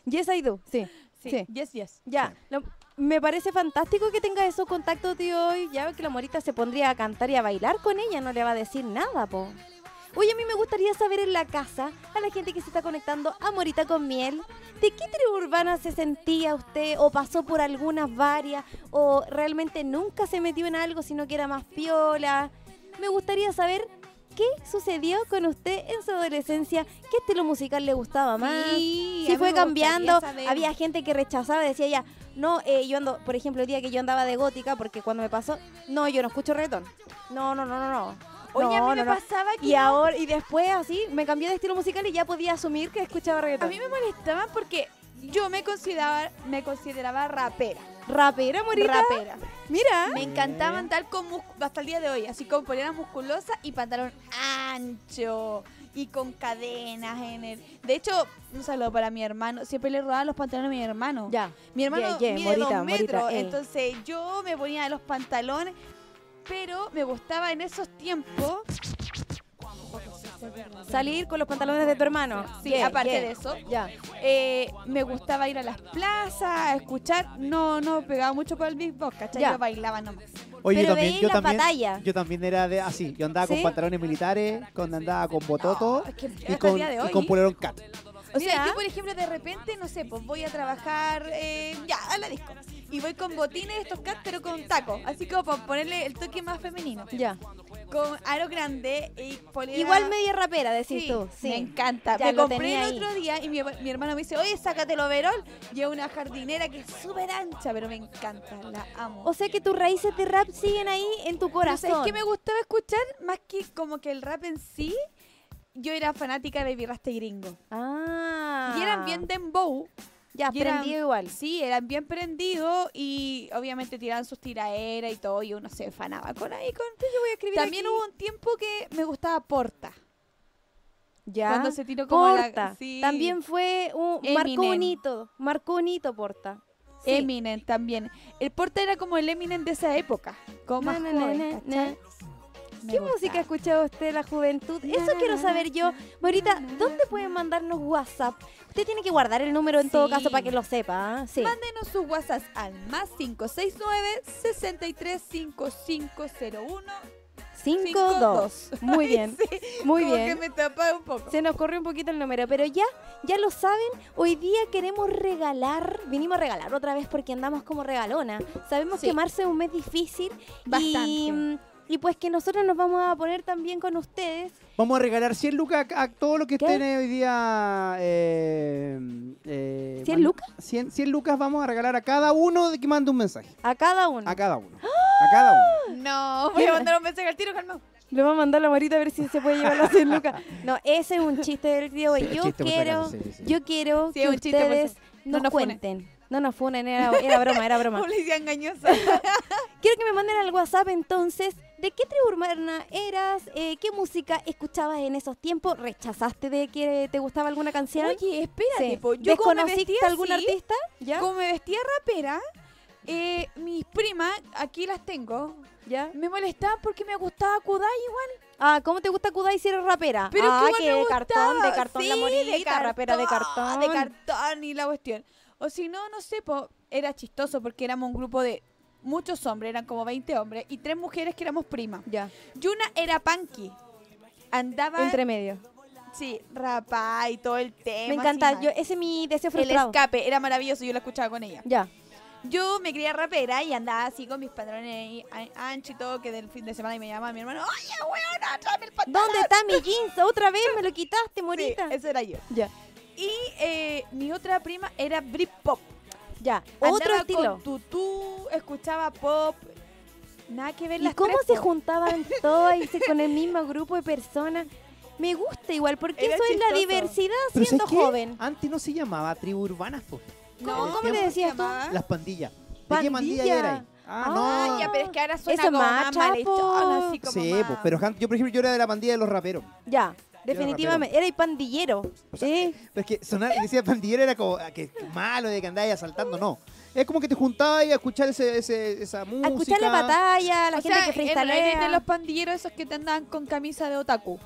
Speaker 1: Yes, I do, sí.
Speaker 2: Sí.
Speaker 1: Sí.
Speaker 2: Yes, yes.
Speaker 1: Ya, lo- me parece fantástico que tenga esos contactos, tío. y Ya que la morita se pondría a cantar y a bailar con ella, no le va a decir nada, po. Oye, a mí me gustaría saber en la casa, a la gente que se está conectando a Morita con Miel, ¿de qué tribu urbana se sentía usted o pasó por algunas varias o realmente nunca se metió en algo sino que era más piola? Me gustaría saber qué sucedió con usted en su adolescencia, qué estilo musical le gustaba más.
Speaker 2: Sí, a
Speaker 1: Sí fue
Speaker 2: mí me gustaría
Speaker 1: cambiando,
Speaker 2: saber.
Speaker 1: había gente que rechazaba, decía ya, no, eh, yo ando, por ejemplo, el día que yo andaba de gótica, porque cuando me pasó, no, yo no escucho reggaetón. No, no, no, no, no.
Speaker 2: Oye, a mí
Speaker 1: No,
Speaker 2: me
Speaker 1: no, no.
Speaker 2: pasaba que
Speaker 1: Y ahora, y después así, me cambié de estilo musical y ya podía asumir que escuchaba
Speaker 2: A
Speaker 1: reggaetón.
Speaker 2: mí me molestaban porque yo me consideraba, me consideraba rapera.
Speaker 1: Rapera, morita.
Speaker 2: Rapera.
Speaker 1: Mira.
Speaker 2: Me encantaban tal con mus- hasta el día de hoy, así con polera musculosa y pantalón ancho y con cadenas en el. De hecho, un saludo para mi hermano. Siempre le robaba los pantalones a mi hermano.
Speaker 1: Ya.
Speaker 2: Mi hermano
Speaker 1: Yeah, yeah,
Speaker 2: mide
Speaker 1: morita, morita,
Speaker 2: dos metros,
Speaker 1: eh.
Speaker 2: entonces yo me ponía los pantalones, pero me gustaba en esos tiempos
Speaker 1: Salir con los pantalones de tu hermano.
Speaker 2: Sí,
Speaker 1: Yeah,
Speaker 2: aparte
Speaker 1: yeah.
Speaker 2: de eso,
Speaker 1: Ya.
Speaker 2: eh, me gustaba ir a las plazas, a escuchar. No, no, pegaba mucho con el beatbox, ¿cachai?
Speaker 1: Ya.
Speaker 2: Yo bailaba nomás.
Speaker 4: Oye,
Speaker 1: Pero
Speaker 4: yo también,
Speaker 1: veí
Speaker 4: yo
Speaker 1: las
Speaker 4: también,
Speaker 1: batallas.
Speaker 4: yo también era de así. Yo andaba con
Speaker 1: ¿Sí?
Speaker 4: pantalones militares, con andaba con bototo
Speaker 2: Es que
Speaker 4: y,
Speaker 2: hasta el
Speaker 4: con,
Speaker 2: día de
Speaker 4: y
Speaker 2: hoy.
Speaker 4: con polerón cat.
Speaker 2: O sea,
Speaker 1: Mira.
Speaker 2: yo, por ejemplo, de repente, no sé, pues voy a trabajar eh, ya a la disco. Y voy con botines estos cats, pero con tacos. Así como para ponerle el toque más femenino.
Speaker 1: Ya.
Speaker 2: Con aro grande y polera.
Speaker 1: pues, Igual media rapera, decís
Speaker 2: Sí,
Speaker 1: tú.
Speaker 2: me
Speaker 1: Sí.
Speaker 2: encanta.
Speaker 1: Ya
Speaker 2: me
Speaker 1: lo
Speaker 2: compré
Speaker 1: tenía
Speaker 2: el
Speaker 1: ahí.
Speaker 2: otro día y mi, mi hermano me dice, oye, sácate el overol. Lleva una jardinera que es súper ancha, pero me encanta, la amo.
Speaker 1: O sea que tus raíces de rap siguen ahí en tu
Speaker 2: Pero
Speaker 1: corazón.
Speaker 2: ¿sabes qué me gustaba escuchar? Más que como que el rap en sí, yo era fanática de Birraste Gringo.
Speaker 1: Ah.
Speaker 2: Y eran bien dembow.
Speaker 1: Ya,
Speaker 2: y eran-
Speaker 1: aprendí igual.
Speaker 2: Sí, eran bien prendidos y obviamente tiraban sus tiraderas y todo y uno se fanaba con ahí. Con... También hubo un tiempo que me gustaba Porta.
Speaker 1: Ya.
Speaker 2: Cuando se tiró como la-
Speaker 1: Porta.
Speaker 2: sí.
Speaker 1: También fue un. Marcó un
Speaker 2: Eminem.
Speaker 1: hito. Marcó un hito, Porta. Eh, Sí.
Speaker 2: Eminem también. El Porta era como el Eminem de esa época. Como
Speaker 1: Na,
Speaker 2: más
Speaker 1: na, na,
Speaker 2: joven,
Speaker 1: na,
Speaker 2: ¿cachai?
Speaker 1: na.
Speaker 2: Me
Speaker 1: ¿Qué
Speaker 2: gustaba.
Speaker 1: música ha escuchado usted de la juventud?
Speaker 2: Na,
Speaker 1: Eso
Speaker 2: na,
Speaker 1: quiero
Speaker 2: na,
Speaker 1: saber yo. Morita, ¿dónde pueden mandarnos WhatsApp? Usted tiene que guardar el número en todo
Speaker 2: Sí.
Speaker 1: caso para que lo sepa. ¿ah? Sí.
Speaker 2: Mándenos sus WhatsApp al más 569 635501
Speaker 1: 5, 2. Muy bien, muy
Speaker 2: como
Speaker 1: bien.
Speaker 2: que me tapaba un poco.
Speaker 1: Se nos corrió un poquito el número, pero ya, ya lo saben, hoy día queremos regalar, vinimos a regalar otra vez porque andamos como regalona. Sabemos
Speaker 2: Sí.
Speaker 1: que marzo es un mes difícil y-
Speaker 2: Bastante.
Speaker 1: Y, pues que nosotros nos vamos a poner también con ustedes.
Speaker 4: Vamos a regalar 100 lucas a, a todo lo que
Speaker 1: ¿Qué?
Speaker 4: estén eh, hoy día. Eh, eh,
Speaker 1: ¿Cien
Speaker 4: mand-
Speaker 1: lucas?
Speaker 4: 100, 100 lucas vamos a regalar a cada uno de que mande un mensaje.
Speaker 1: A cada uno.
Speaker 4: A cada uno. A cada uno.
Speaker 2: No, voy a mandar un mensaje al tiro, calma.
Speaker 1: Le va a mandar la morita a ver si se puede llevar las 100 lucas. No, ese es un chiste del día de hoy.
Speaker 4: Sí,
Speaker 1: Yo
Speaker 4: chiste por si
Speaker 1: quiero,
Speaker 4: acaso, sí, sí.
Speaker 1: yo quiero
Speaker 2: Sí,
Speaker 1: que
Speaker 2: es un chiste por si
Speaker 1: ustedes
Speaker 2: acaso. No
Speaker 1: nos
Speaker 2: nos funen.
Speaker 1: cuenten. No nos funen, era, era broma, era broma.
Speaker 2: Publicidad engañosa.
Speaker 1: Quiero que me manden al WhatsApp entonces de qué tribu urbana eras, Eh, qué música escuchabas en esos tiempos, rechazaste de que te gustaba alguna canción.
Speaker 2: Oye, espérate,
Speaker 1: Sí.
Speaker 2: po, yo como me
Speaker 1: ¿Desconociste
Speaker 2: vestía
Speaker 1: a algún
Speaker 2: así,
Speaker 1: artista? ¿Ya?
Speaker 2: Como me vestía rapera, eh, mis primas, aquí las tengo,
Speaker 1: ¿Ya?
Speaker 2: me molestaban porque me gustaba Kudai igual.
Speaker 1: Ah, ¿cómo te gusta Kudai si eres rapera?
Speaker 2: Pero
Speaker 1: ah,
Speaker 2: es que,
Speaker 1: que
Speaker 2: igual
Speaker 1: de
Speaker 2: me
Speaker 1: cartón, de
Speaker 2: gustaba.
Speaker 1: cartón la
Speaker 2: Sí,
Speaker 1: morita, rapera de cartón.
Speaker 2: De cartón y la cuestión. O si no, no sé, po, era chistoso porque éramos un grupo de muchos hombres, eran como 20 hombres, y tres mujeres que éramos primas.
Speaker 1: Ya,
Speaker 2: Yuna era punky. Andaba,
Speaker 1: entre medio.
Speaker 2: sí, rapá y todo el tema.
Speaker 1: Me
Speaker 2: así
Speaker 1: encanta,
Speaker 2: mal.
Speaker 1: yo, ese es mi deseo
Speaker 2: el
Speaker 1: frustrado.
Speaker 2: escape era maravilloso, yo la escuchaba con ella.
Speaker 1: Ya.
Speaker 2: Yo me creía rapera y andaba así con mis pantalones ahí, an- ancho y todo, que del fin de semana y me llamaba mi hermano, oye, weona, tráeme el pantalón.
Speaker 1: ¿Dónde está mi jeans? Otra vez me lo quitaste,
Speaker 2: Sí,
Speaker 1: morita.
Speaker 2: ese era yo.
Speaker 1: Ya,
Speaker 2: Y eh, mi otra prima era Britpop.
Speaker 1: ya.
Speaker 2: Andaba
Speaker 1: Otro estilo.
Speaker 2: Con tutú, escuchaba pop. Nada que ver
Speaker 1: ¿Y
Speaker 2: las
Speaker 1: cómo
Speaker 2: tres,
Speaker 1: se
Speaker 2: po.
Speaker 1: juntaban todas y se- con el mismo grupo de personas? Me gusta igual, porque
Speaker 2: Era
Speaker 1: eso es la
Speaker 2: chistoso.
Speaker 1: diversidad
Speaker 4: Pero
Speaker 1: siendo
Speaker 4: ¿sabes qué? Ah,
Speaker 1: joven.
Speaker 4: Antes no se llamaba tribu urbana, po.
Speaker 1: ¿Cómo-
Speaker 2: No,
Speaker 1: cómo le
Speaker 2: se
Speaker 1: decías tú?
Speaker 2: llamaba?
Speaker 4: Las pandillas. ¿De qué pandilla
Speaker 1: Pandilla.
Speaker 4: era ahí? Ah,
Speaker 1: Ah,
Speaker 4: no.
Speaker 2: Ya, pero es que ahora suena
Speaker 1: Eso
Speaker 2: como
Speaker 1: más,
Speaker 2: más
Speaker 1: chapo.
Speaker 2: malechón, así como
Speaker 4: Sí,
Speaker 2: más-
Speaker 4: pues, pero antes- yo por ejemplo yo era de la pandilla de los raperos.
Speaker 1: Ya, definitivamente. Era el pandillero. ¿eh? ¿sí?
Speaker 4: Pero es que sonar, decía pandillero era como ah, que que malo de que andabas asaltando, no. Es como que te juntabas y a escuchar ese, ese- esa música.
Speaker 1: A escuchar la batalla, la
Speaker 2: O
Speaker 1: gente
Speaker 2: sea,
Speaker 1: que
Speaker 2: en realidad de
Speaker 1: freestalea.
Speaker 2: los pandilleros esos que te andaban con camisa de otaku.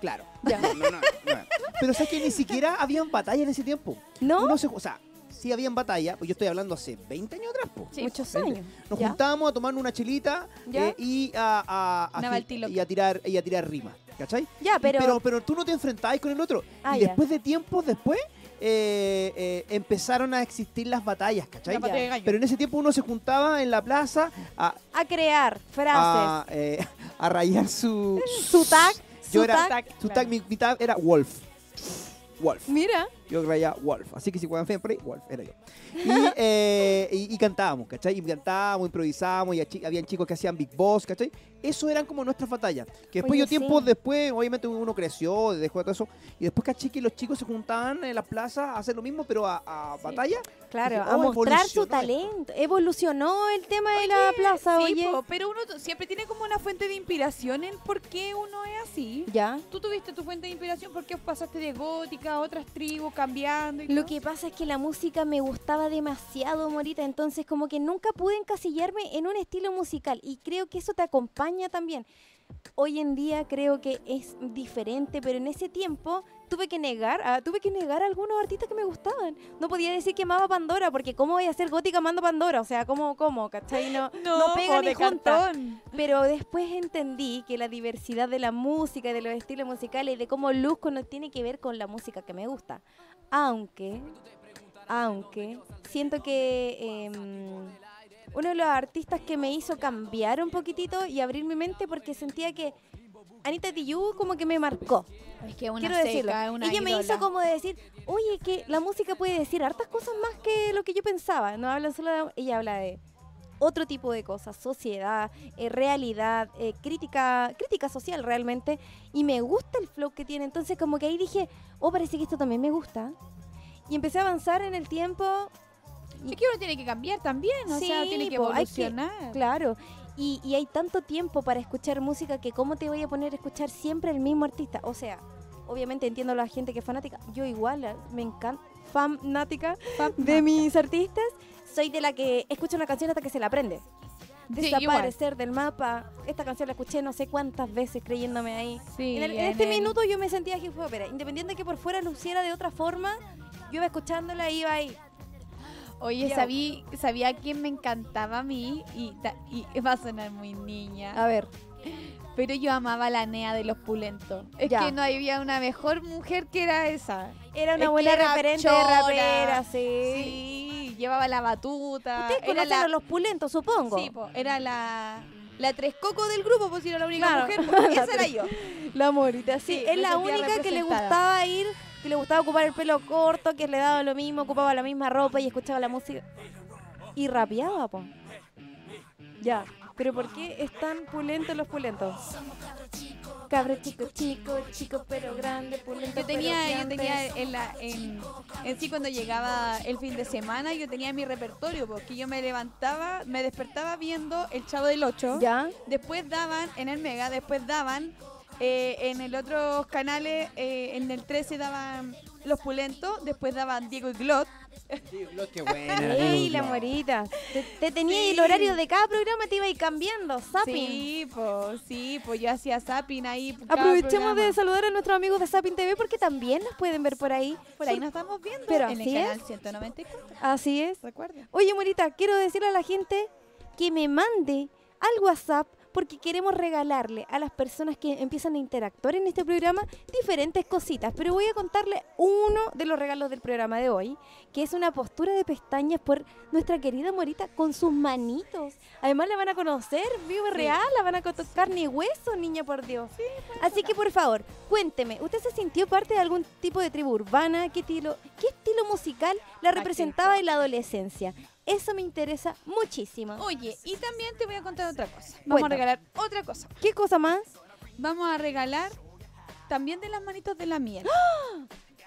Speaker 4: Claro.
Speaker 1: Ya.
Speaker 4: No, no, no, no. Pero sabes que ni siquiera habían batalla en ese tiempo.
Speaker 1: ¿No?
Speaker 4: Uno se- o sea, sí habían batalla, pues yo estoy hablando hace 20 años atrás, po.
Speaker 2: Sí.
Speaker 1: Muchos
Speaker 4: ¿Viste?
Speaker 1: años.
Speaker 4: Nos
Speaker 1: Ya.
Speaker 4: juntábamos a tomar una chilita
Speaker 1: Ya.
Speaker 4: eh, y, a, a- a-
Speaker 2: Una
Speaker 4: a-
Speaker 2: baltiloca.
Speaker 4: y a tirar y a tirar rimas, ¿cachai?
Speaker 1: Ya, Ah, pero,
Speaker 4: pero, tú no te enfrentabas con el otro.
Speaker 1: Ah,
Speaker 4: y
Speaker 1: ya.
Speaker 4: después de tiempos después eh, eh, empezaron a existir las batallas, ¿cachai?
Speaker 2: La batalla de gallo.
Speaker 4: Pero en ese tiempo uno se juntaba en la plaza a,
Speaker 1: a crear frases.
Speaker 4: a, eh, a rayar su...
Speaker 1: Su tag,
Speaker 4: Yo
Speaker 1: su
Speaker 4: era,
Speaker 1: tag.
Speaker 4: su tag, mi, mi tag era Wolf. Wolf.
Speaker 1: Mira,
Speaker 4: y otra ya Wolf. Así que si jugaban Fenfrey, Wolf era yo. Y, eh, y- y cantábamos, ¿cachai? Y cantábamos, improvisábamos, y achi- habían chicos que hacían Big Boss, ¿cachai? Eso eran como nuestras batallas. Que después
Speaker 1: Oye,
Speaker 4: yo tiempo
Speaker 1: sí.
Speaker 4: después, obviamente uno creció, dejó de todo eso, y después caché que los chicos se juntaban en las plazas a hacer lo mismo, pero a, a batalla.
Speaker 1: Claro,
Speaker 4: Dije,
Speaker 1: a
Speaker 4: "Oh,
Speaker 1: mostrar su
Speaker 4: evolucionó
Speaker 1: talento. Evolucionó el tema de la plaza,
Speaker 2: Sí,
Speaker 1: oye.
Speaker 2: po, pero uno t- siempre tiene como una fuente de inspiración en por qué uno es así.
Speaker 1: Ya.
Speaker 2: Tú tuviste tu fuente de inspiración porque pasaste de gótica a otras tribus cambiando y
Speaker 1: Lo
Speaker 2: todo?
Speaker 1: que pasa es que la música me gustaba demasiado, Morita, entonces como que nunca pude encasillarme en un estilo musical y creo que eso te acompaña también. Hoy en día creo que es diferente, pero en ese tiempo tuve que negar, a, tuve que negar a algunos artistas que me gustaban. No podía decir que amaba Pandora, porque ¿cómo voy a ser gótica amando Pandora? O sea, ¿cómo, cómo? ¿Cachai? No, no,
Speaker 2: po,
Speaker 1: pega ni
Speaker 2: de
Speaker 1: junta.
Speaker 2: cartón.
Speaker 1: Pero después entendí que la diversidad de la música, y de los estilos musicales y de cómo luzco no tiene que ver con la música que me gusta. Aunque, aunque, siento que em, uno de los artistas que me hizo cambiar un poquitito y abrir mi mente porque sentía que Anita Tijoux como que me marcó.
Speaker 2: Es que una
Speaker 1: Quiero
Speaker 2: seca,
Speaker 1: decirlo.
Speaker 2: una
Speaker 1: Ella me hizo
Speaker 2: ídola.
Speaker 1: como de decir, oye, que la música puede decir hartas cosas más que lo que yo pensaba. No habla solo de... Ella habla de otro tipo de cosas, sociedad, eh, realidad, eh, crítica, crítica social realmente. Y me gusta el flow que tiene. Entonces como que ahí dije, oh, parece que esto también me gusta. Y empecé a avanzar en el tiempo
Speaker 2: Es que uno tiene que cambiar también, o
Speaker 1: Sí,
Speaker 2: sea, tiene que
Speaker 1: po, hay que-
Speaker 2: evolucionar.
Speaker 1: Claro. Y, y hay tanto tiempo para escuchar música que cómo te voy a poner a escuchar siempre el mismo artista. O sea, obviamente entiendo a la gente que es fanática. Yo igual eh, me encanta, fanática
Speaker 2: Pap-
Speaker 1: de mis artistas. Soy de la que escucha una canción hasta que se la aprende.
Speaker 2: Sí,
Speaker 1: Desaparecer del mapa. Esta canción la escuché no sé cuántas veces creyéndome ahí.
Speaker 2: igual. Sí,
Speaker 1: en, el- en
Speaker 2: en
Speaker 1: este
Speaker 2: el-
Speaker 1: minuto yo me sentía que fue ópera. Independiente que por fuera luciera de otra forma, yo iba escuchándola y iba ahí.
Speaker 2: Oye,
Speaker 1: Ya.
Speaker 2: sabí, sabía quién me encantaba a mí y, ta- y va a sonar muy niña.
Speaker 1: A ver.
Speaker 2: Pero yo amaba a la nea de los pulentos. Es
Speaker 1: Ya.
Speaker 2: que no había una mejor mujer que era esa.
Speaker 1: Era una
Speaker 2: Es que
Speaker 1: buena
Speaker 2: era
Speaker 1: referente de
Speaker 2: chora.
Speaker 1: rapera, sí.
Speaker 2: Sí, llevaba la batuta.
Speaker 1: Ustedes
Speaker 2: era
Speaker 1: conocen
Speaker 2: la,
Speaker 1: a los pulentos, supongo.
Speaker 2: Sí, po, era la, la tres coco del grupo, pues era la única
Speaker 1: Claro.
Speaker 2: mujer. pues, esa era yo.
Speaker 1: la morita, sí.
Speaker 2: Sí,
Speaker 1: es
Speaker 2: me
Speaker 1: la
Speaker 2: sentía
Speaker 1: única que le
Speaker 2: representada.
Speaker 1: gustaba ir, que le gustaba ocupar el pelo corto, que le daba lo mismo, ocupaba la misma ropa y escuchaba la música. Y rapeaba, po. Ya. Pero ¿por qué están pulentos los pulentos? Cabro chico, chico, chico, pero grande, pulento.
Speaker 2: Yo tenía, yo tenía en, la, en, en sí cuando llegaba el fin de semana, yo tenía mi repertorio, porque yo me levantaba, me despertaba viendo El Chavo del Ocho,
Speaker 1: ¿Ya?
Speaker 2: después daban en el Mega, después daban eh, en el otros canales, eh, en el 13 daban Los Pulentos, después daban Diego y Glot.
Speaker 4: Qué buena.
Speaker 1: ¡Ey, la morita! Te, te tenía el horario de cada programa, te iba a ir cambiando, zapping.
Speaker 2: Sí, pues, sí, pues yo hacía zapping ahí. cada
Speaker 1: Aprovechemos de
Speaker 2: programa.
Speaker 1: saludar a nuestros amigos de Sapin TV porque también nos pueden ver por ahí.
Speaker 2: Por ahí nos estamos viendo
Speaker 1: Pero
Speaker 2: en
Speaker 1: así
Speaker 2: el
Speaker 1: es.
Speaker 2: canal 194,
Speaker 1: Así es.
Speaker 2: recuerda.
Speaker 1: Oye, Morita, quiero decirle a la gente que me mande al WhatsApp porque queremos regalarle a las personas que empiezan a interactuar en este programa diferentes cositas. Pero voy a contarle uno de los regalos del programa de hoy, que es una postura de pestañas por nuestra querida Morita con sus manitos. Además la van a conocer, vivo real, la van a tocar carne y hueso, niña, por Dios. Así que por favor, cuénteme, ¿usted se sintió parte de algún tipo de tribu urbana? ¿Qué estilo, qué estilo musical la representaba en la adolescencia? Eso me interesa muchísimo.
Speaker 2: Oye, y también te voy a contar otra cosa. Vamos
Speaker 1: Cuenta.
Speaker 2: a regalar otra cosa.
Speaker 1: ¿Qué cosa más?
Speaker 2: Vamos a regalar también de las manitos de la miel.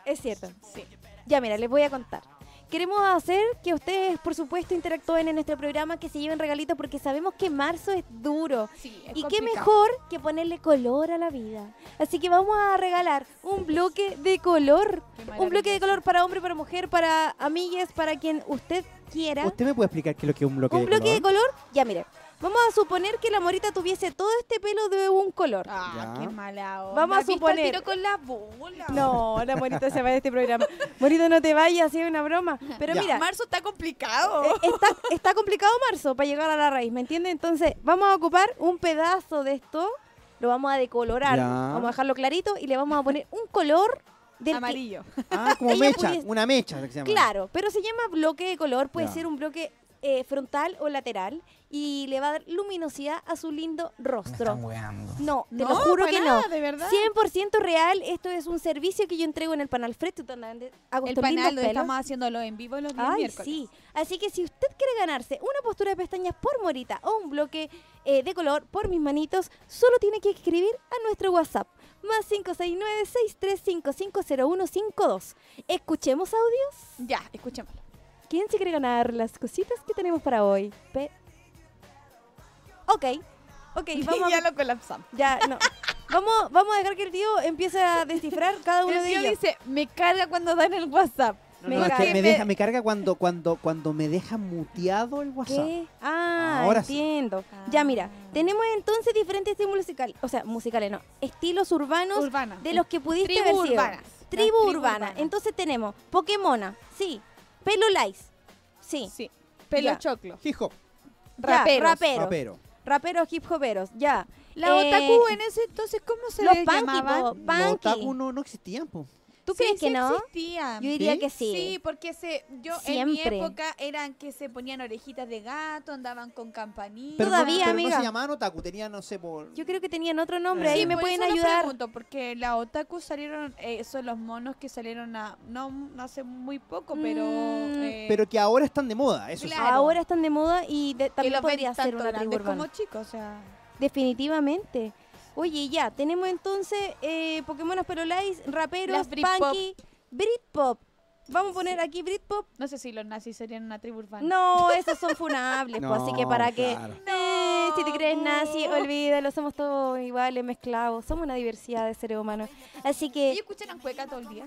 Speaker 1: Es cierto.
Speaker 2: Sí.
Speaker 1: Ya, mira, les voy a contar. Queremos hacer que ustedes, por supuesto, interactúen en nuestro programa, que se lleven regalitos, porque sabemos que marzo es duro.
Speaker 2: Sí,
Speaker 1: Y qué mejor que ponerle color a la vida. Así que vamos a regalar un bloque de color. Un bloque de color para hombre, para mujer, para amigues, para quien usted quiera.
Speaker 4: ¿Usted me puede explicar qué es lo que es un bloque
Speaker 1: un
Speaker 4: de
Speaker 1: bloque de
Speaker 4: color?
Speaker 1: color, ya mire. Vamos a suponer que la morita tuviese todo este pelo de un color.
Speaker 2: Ah,
Speaker 4: Ya.
Speaker 2: qué mala onda.
Speaker 1: Vamos a
Speaker 2: ¿Viste el
Speaker 1: suponer.
Speaker 2: tiro con la bola.
Speaker 1: No, la morita se va de este programa. Morita, no te vayas, es una broma. Pero
Speaker 4: Ya.
Speaker 1: mira,
Speaker 2: Marzo está complicado.
Speaker 1: Eh, está, está complicado marzo para llegar a la raíz, ¿me entiendes? Entonces, vamos a ocupar un pedazo de esto, lo vamos a decolorar,
Speaker 4: Ya.
Speaker 1: vamos a dejarlo clarito y le vamos a poner un color del que-
Speaker 2: Amarillo.
Speaker 4: Ah, como
Speaker 1: Ella
Speaker 4: mecha,
Speaker 1: pudiese-
Speaker 4: una mecha que se llama.
Speaker 1: claro, pero se llama bloque de color, puede
Speaker 4: Ya.
Speaker 1: ser un bloque eh, frontal o lateral y le va a dar luminosidad a su lindo rostro.
Speaker 3: weando.
Speaker 1: No, te lo juro
Speaker 2: para
Speaker 1: que
Speaker 2: nada,
Speaker 1: no.
Speaker 2: de verdad.
Speaker 1: 100% real, esto es un servicio que yo entrego en el panal Fred, tú también hago
Speaker 2: el
Speaker 1: estos lindos
Speaker 2: panal lo
Speaker 1: pelos.
Speaker 2: estamos haciéndolo en vivo los días
Speaker 1: Ay,
Speaker 2: miércoles.
Speaker 1: sí. Así que si usted quiere ganarse una postura de pestañas por morita o un bloque eh, de color por mis manitos, solo tiene que escribir a nuestro WhatsApp. Más 569-63550152. Escuchemos audios.
Speaker 2: Ya, escuchémoslo.
Speaker 1: ¿Quién se quiere ganar las cositas que tenemos para hoy? Pe- ok. Ok, vamos
Speaker 2: ya
Speaker 1: a...
Speaker 2: lo colapsamos.
Speaker 1: Ya, no. Vamos, vamos a dejar que el tío empiece a descifrar cada uno
Speaker 2: El
Speaker 1: de
Speaker 2: tío
Speaker 1: ellos.
Speaker 2: dice, me carga cuando dan el WhatsApp.
Speaker 4: No,
Speaker 1: Me
Speaker 4: no, es que
Speaker 1: carga.
Speaker 4: me, deja, me carga cuando, cuando, cuando me deja muteado el WhatsApp.
Speaker 1: ¿Qué? Ah,
Speaker 4: Ahora sí.
Speaker 1: entiendo. Ya mira,
Speaker 2: Ah.
Speaker 1: tenemos entonces diferentes estilos musicales, o sea, musicales no, estilos urbanos
Speaker 2: Urbana.
Speaker 1: de los que pudiste
Speaker 2: Tribu
Speaker 1: haber sido.
Speaker 2: urbanas.
Speaker 1: Tribu
Speaker 2: Las tribus
Speaker 1: urbana.
Speaker 2: urbanas.
Speaker 1: Entonces tenemos Pokémona, sí. Pelo Lice, sí.
Speaker 2: Sí. Pelo
Speaker 1: Ya.
Speaker 2: choclo.
Speaker 4: Hip hop,
Speaker 1: Ya,
Speaker 2: Raperos.
Speaker 1: raperos.
Speaker 4: rapero.
Speaker 1: Raperos hip hoperos, ya.
Speaker 2: La
Speaker 1: Eh,
Speaker 2: otaku en ese entonces, ¿cómo se
Speaker 1: Los
Speaker 2: les
Speaker 1: punky,
Speaker 2: llamaban?
Speaker 1: po,
Speaker 4: Los
Speaker 1: punky.
Speaker 4: otaku no, no existían, po.
Speaker 1: ¿Tú
Speaker 2: Sí,
Speaker 1: crees que
Speaker 2: sí
Speaker 1: no?
Speaker 2: existían.
Speaker 1: Yo diría
Speaker 4: ¿Sí?
Speaker 1: que sí.
Speaker 2: Sí, porque se, yo en
Speaker 1: Siempre.
Speaker 2: mi época eran que se ponían orejitas de gato, andaban con campanillas.
Speaker 4: Pero no-
Speaker 1: Todavía,
Speaker 4: pero no,
Speaker 1: amiga.
Speaker 4: se llamaban otaku, tenían, no sé, por...
Speaker 1: Yo creo que tenían otro nombre,
Speaker 4: Sí,
Speaker 1: ahí me
Speaker 2: por
Speaker 1: pueden
Speaker 2: eso lo
Speaker 1: ayudar.
Speaker 2: pregunto, porque la otaku salieron, eh, son los monos que salieron a, no, no hace muy poco, pero...
Speaker 1: Mm,
Speaker 2: eh,
Speaker 4: Pero que ahora están de moda, eso sí.
Speaker 2: Claro.
Speaker 1: Ahora están de moda y de-
Speaker 2: que
Speaker 1: también
Speaker 2: los ven
Speaker 1: podría ser
Speaker 2: tanto
Speaker 1: una tribu
Speaker 2: grandes
Speaker 1: urbana.
Speaker 2: como chicos, o sea...
Speaker 1: Definitivamente. Oye, ya, tenemos entonces eh, Pokémon Perolais, raperos,
Speaker 2: Las Britpop.
Speaker 1: punky, Britpop. Vamos a poner aquí Britpop.
Speaker 2: No sé si los nazis serían una tribu urbana.
Speaker 1: No, esos son funables, pues, así que
Speaker 4: No,
Speaker 1: para
Speaker 4: claro.
Speaker 1: que... Eh, si te crees
Speaker 2: No.
Speaker 1: nazi, olvídalo, somos todos iguales, mezclados, somos una diversidad de seres humanos. Así
Speaker 2: ¿Ellos
Speaker 1: que,
Speaker 2: escucharon cueca todo el día?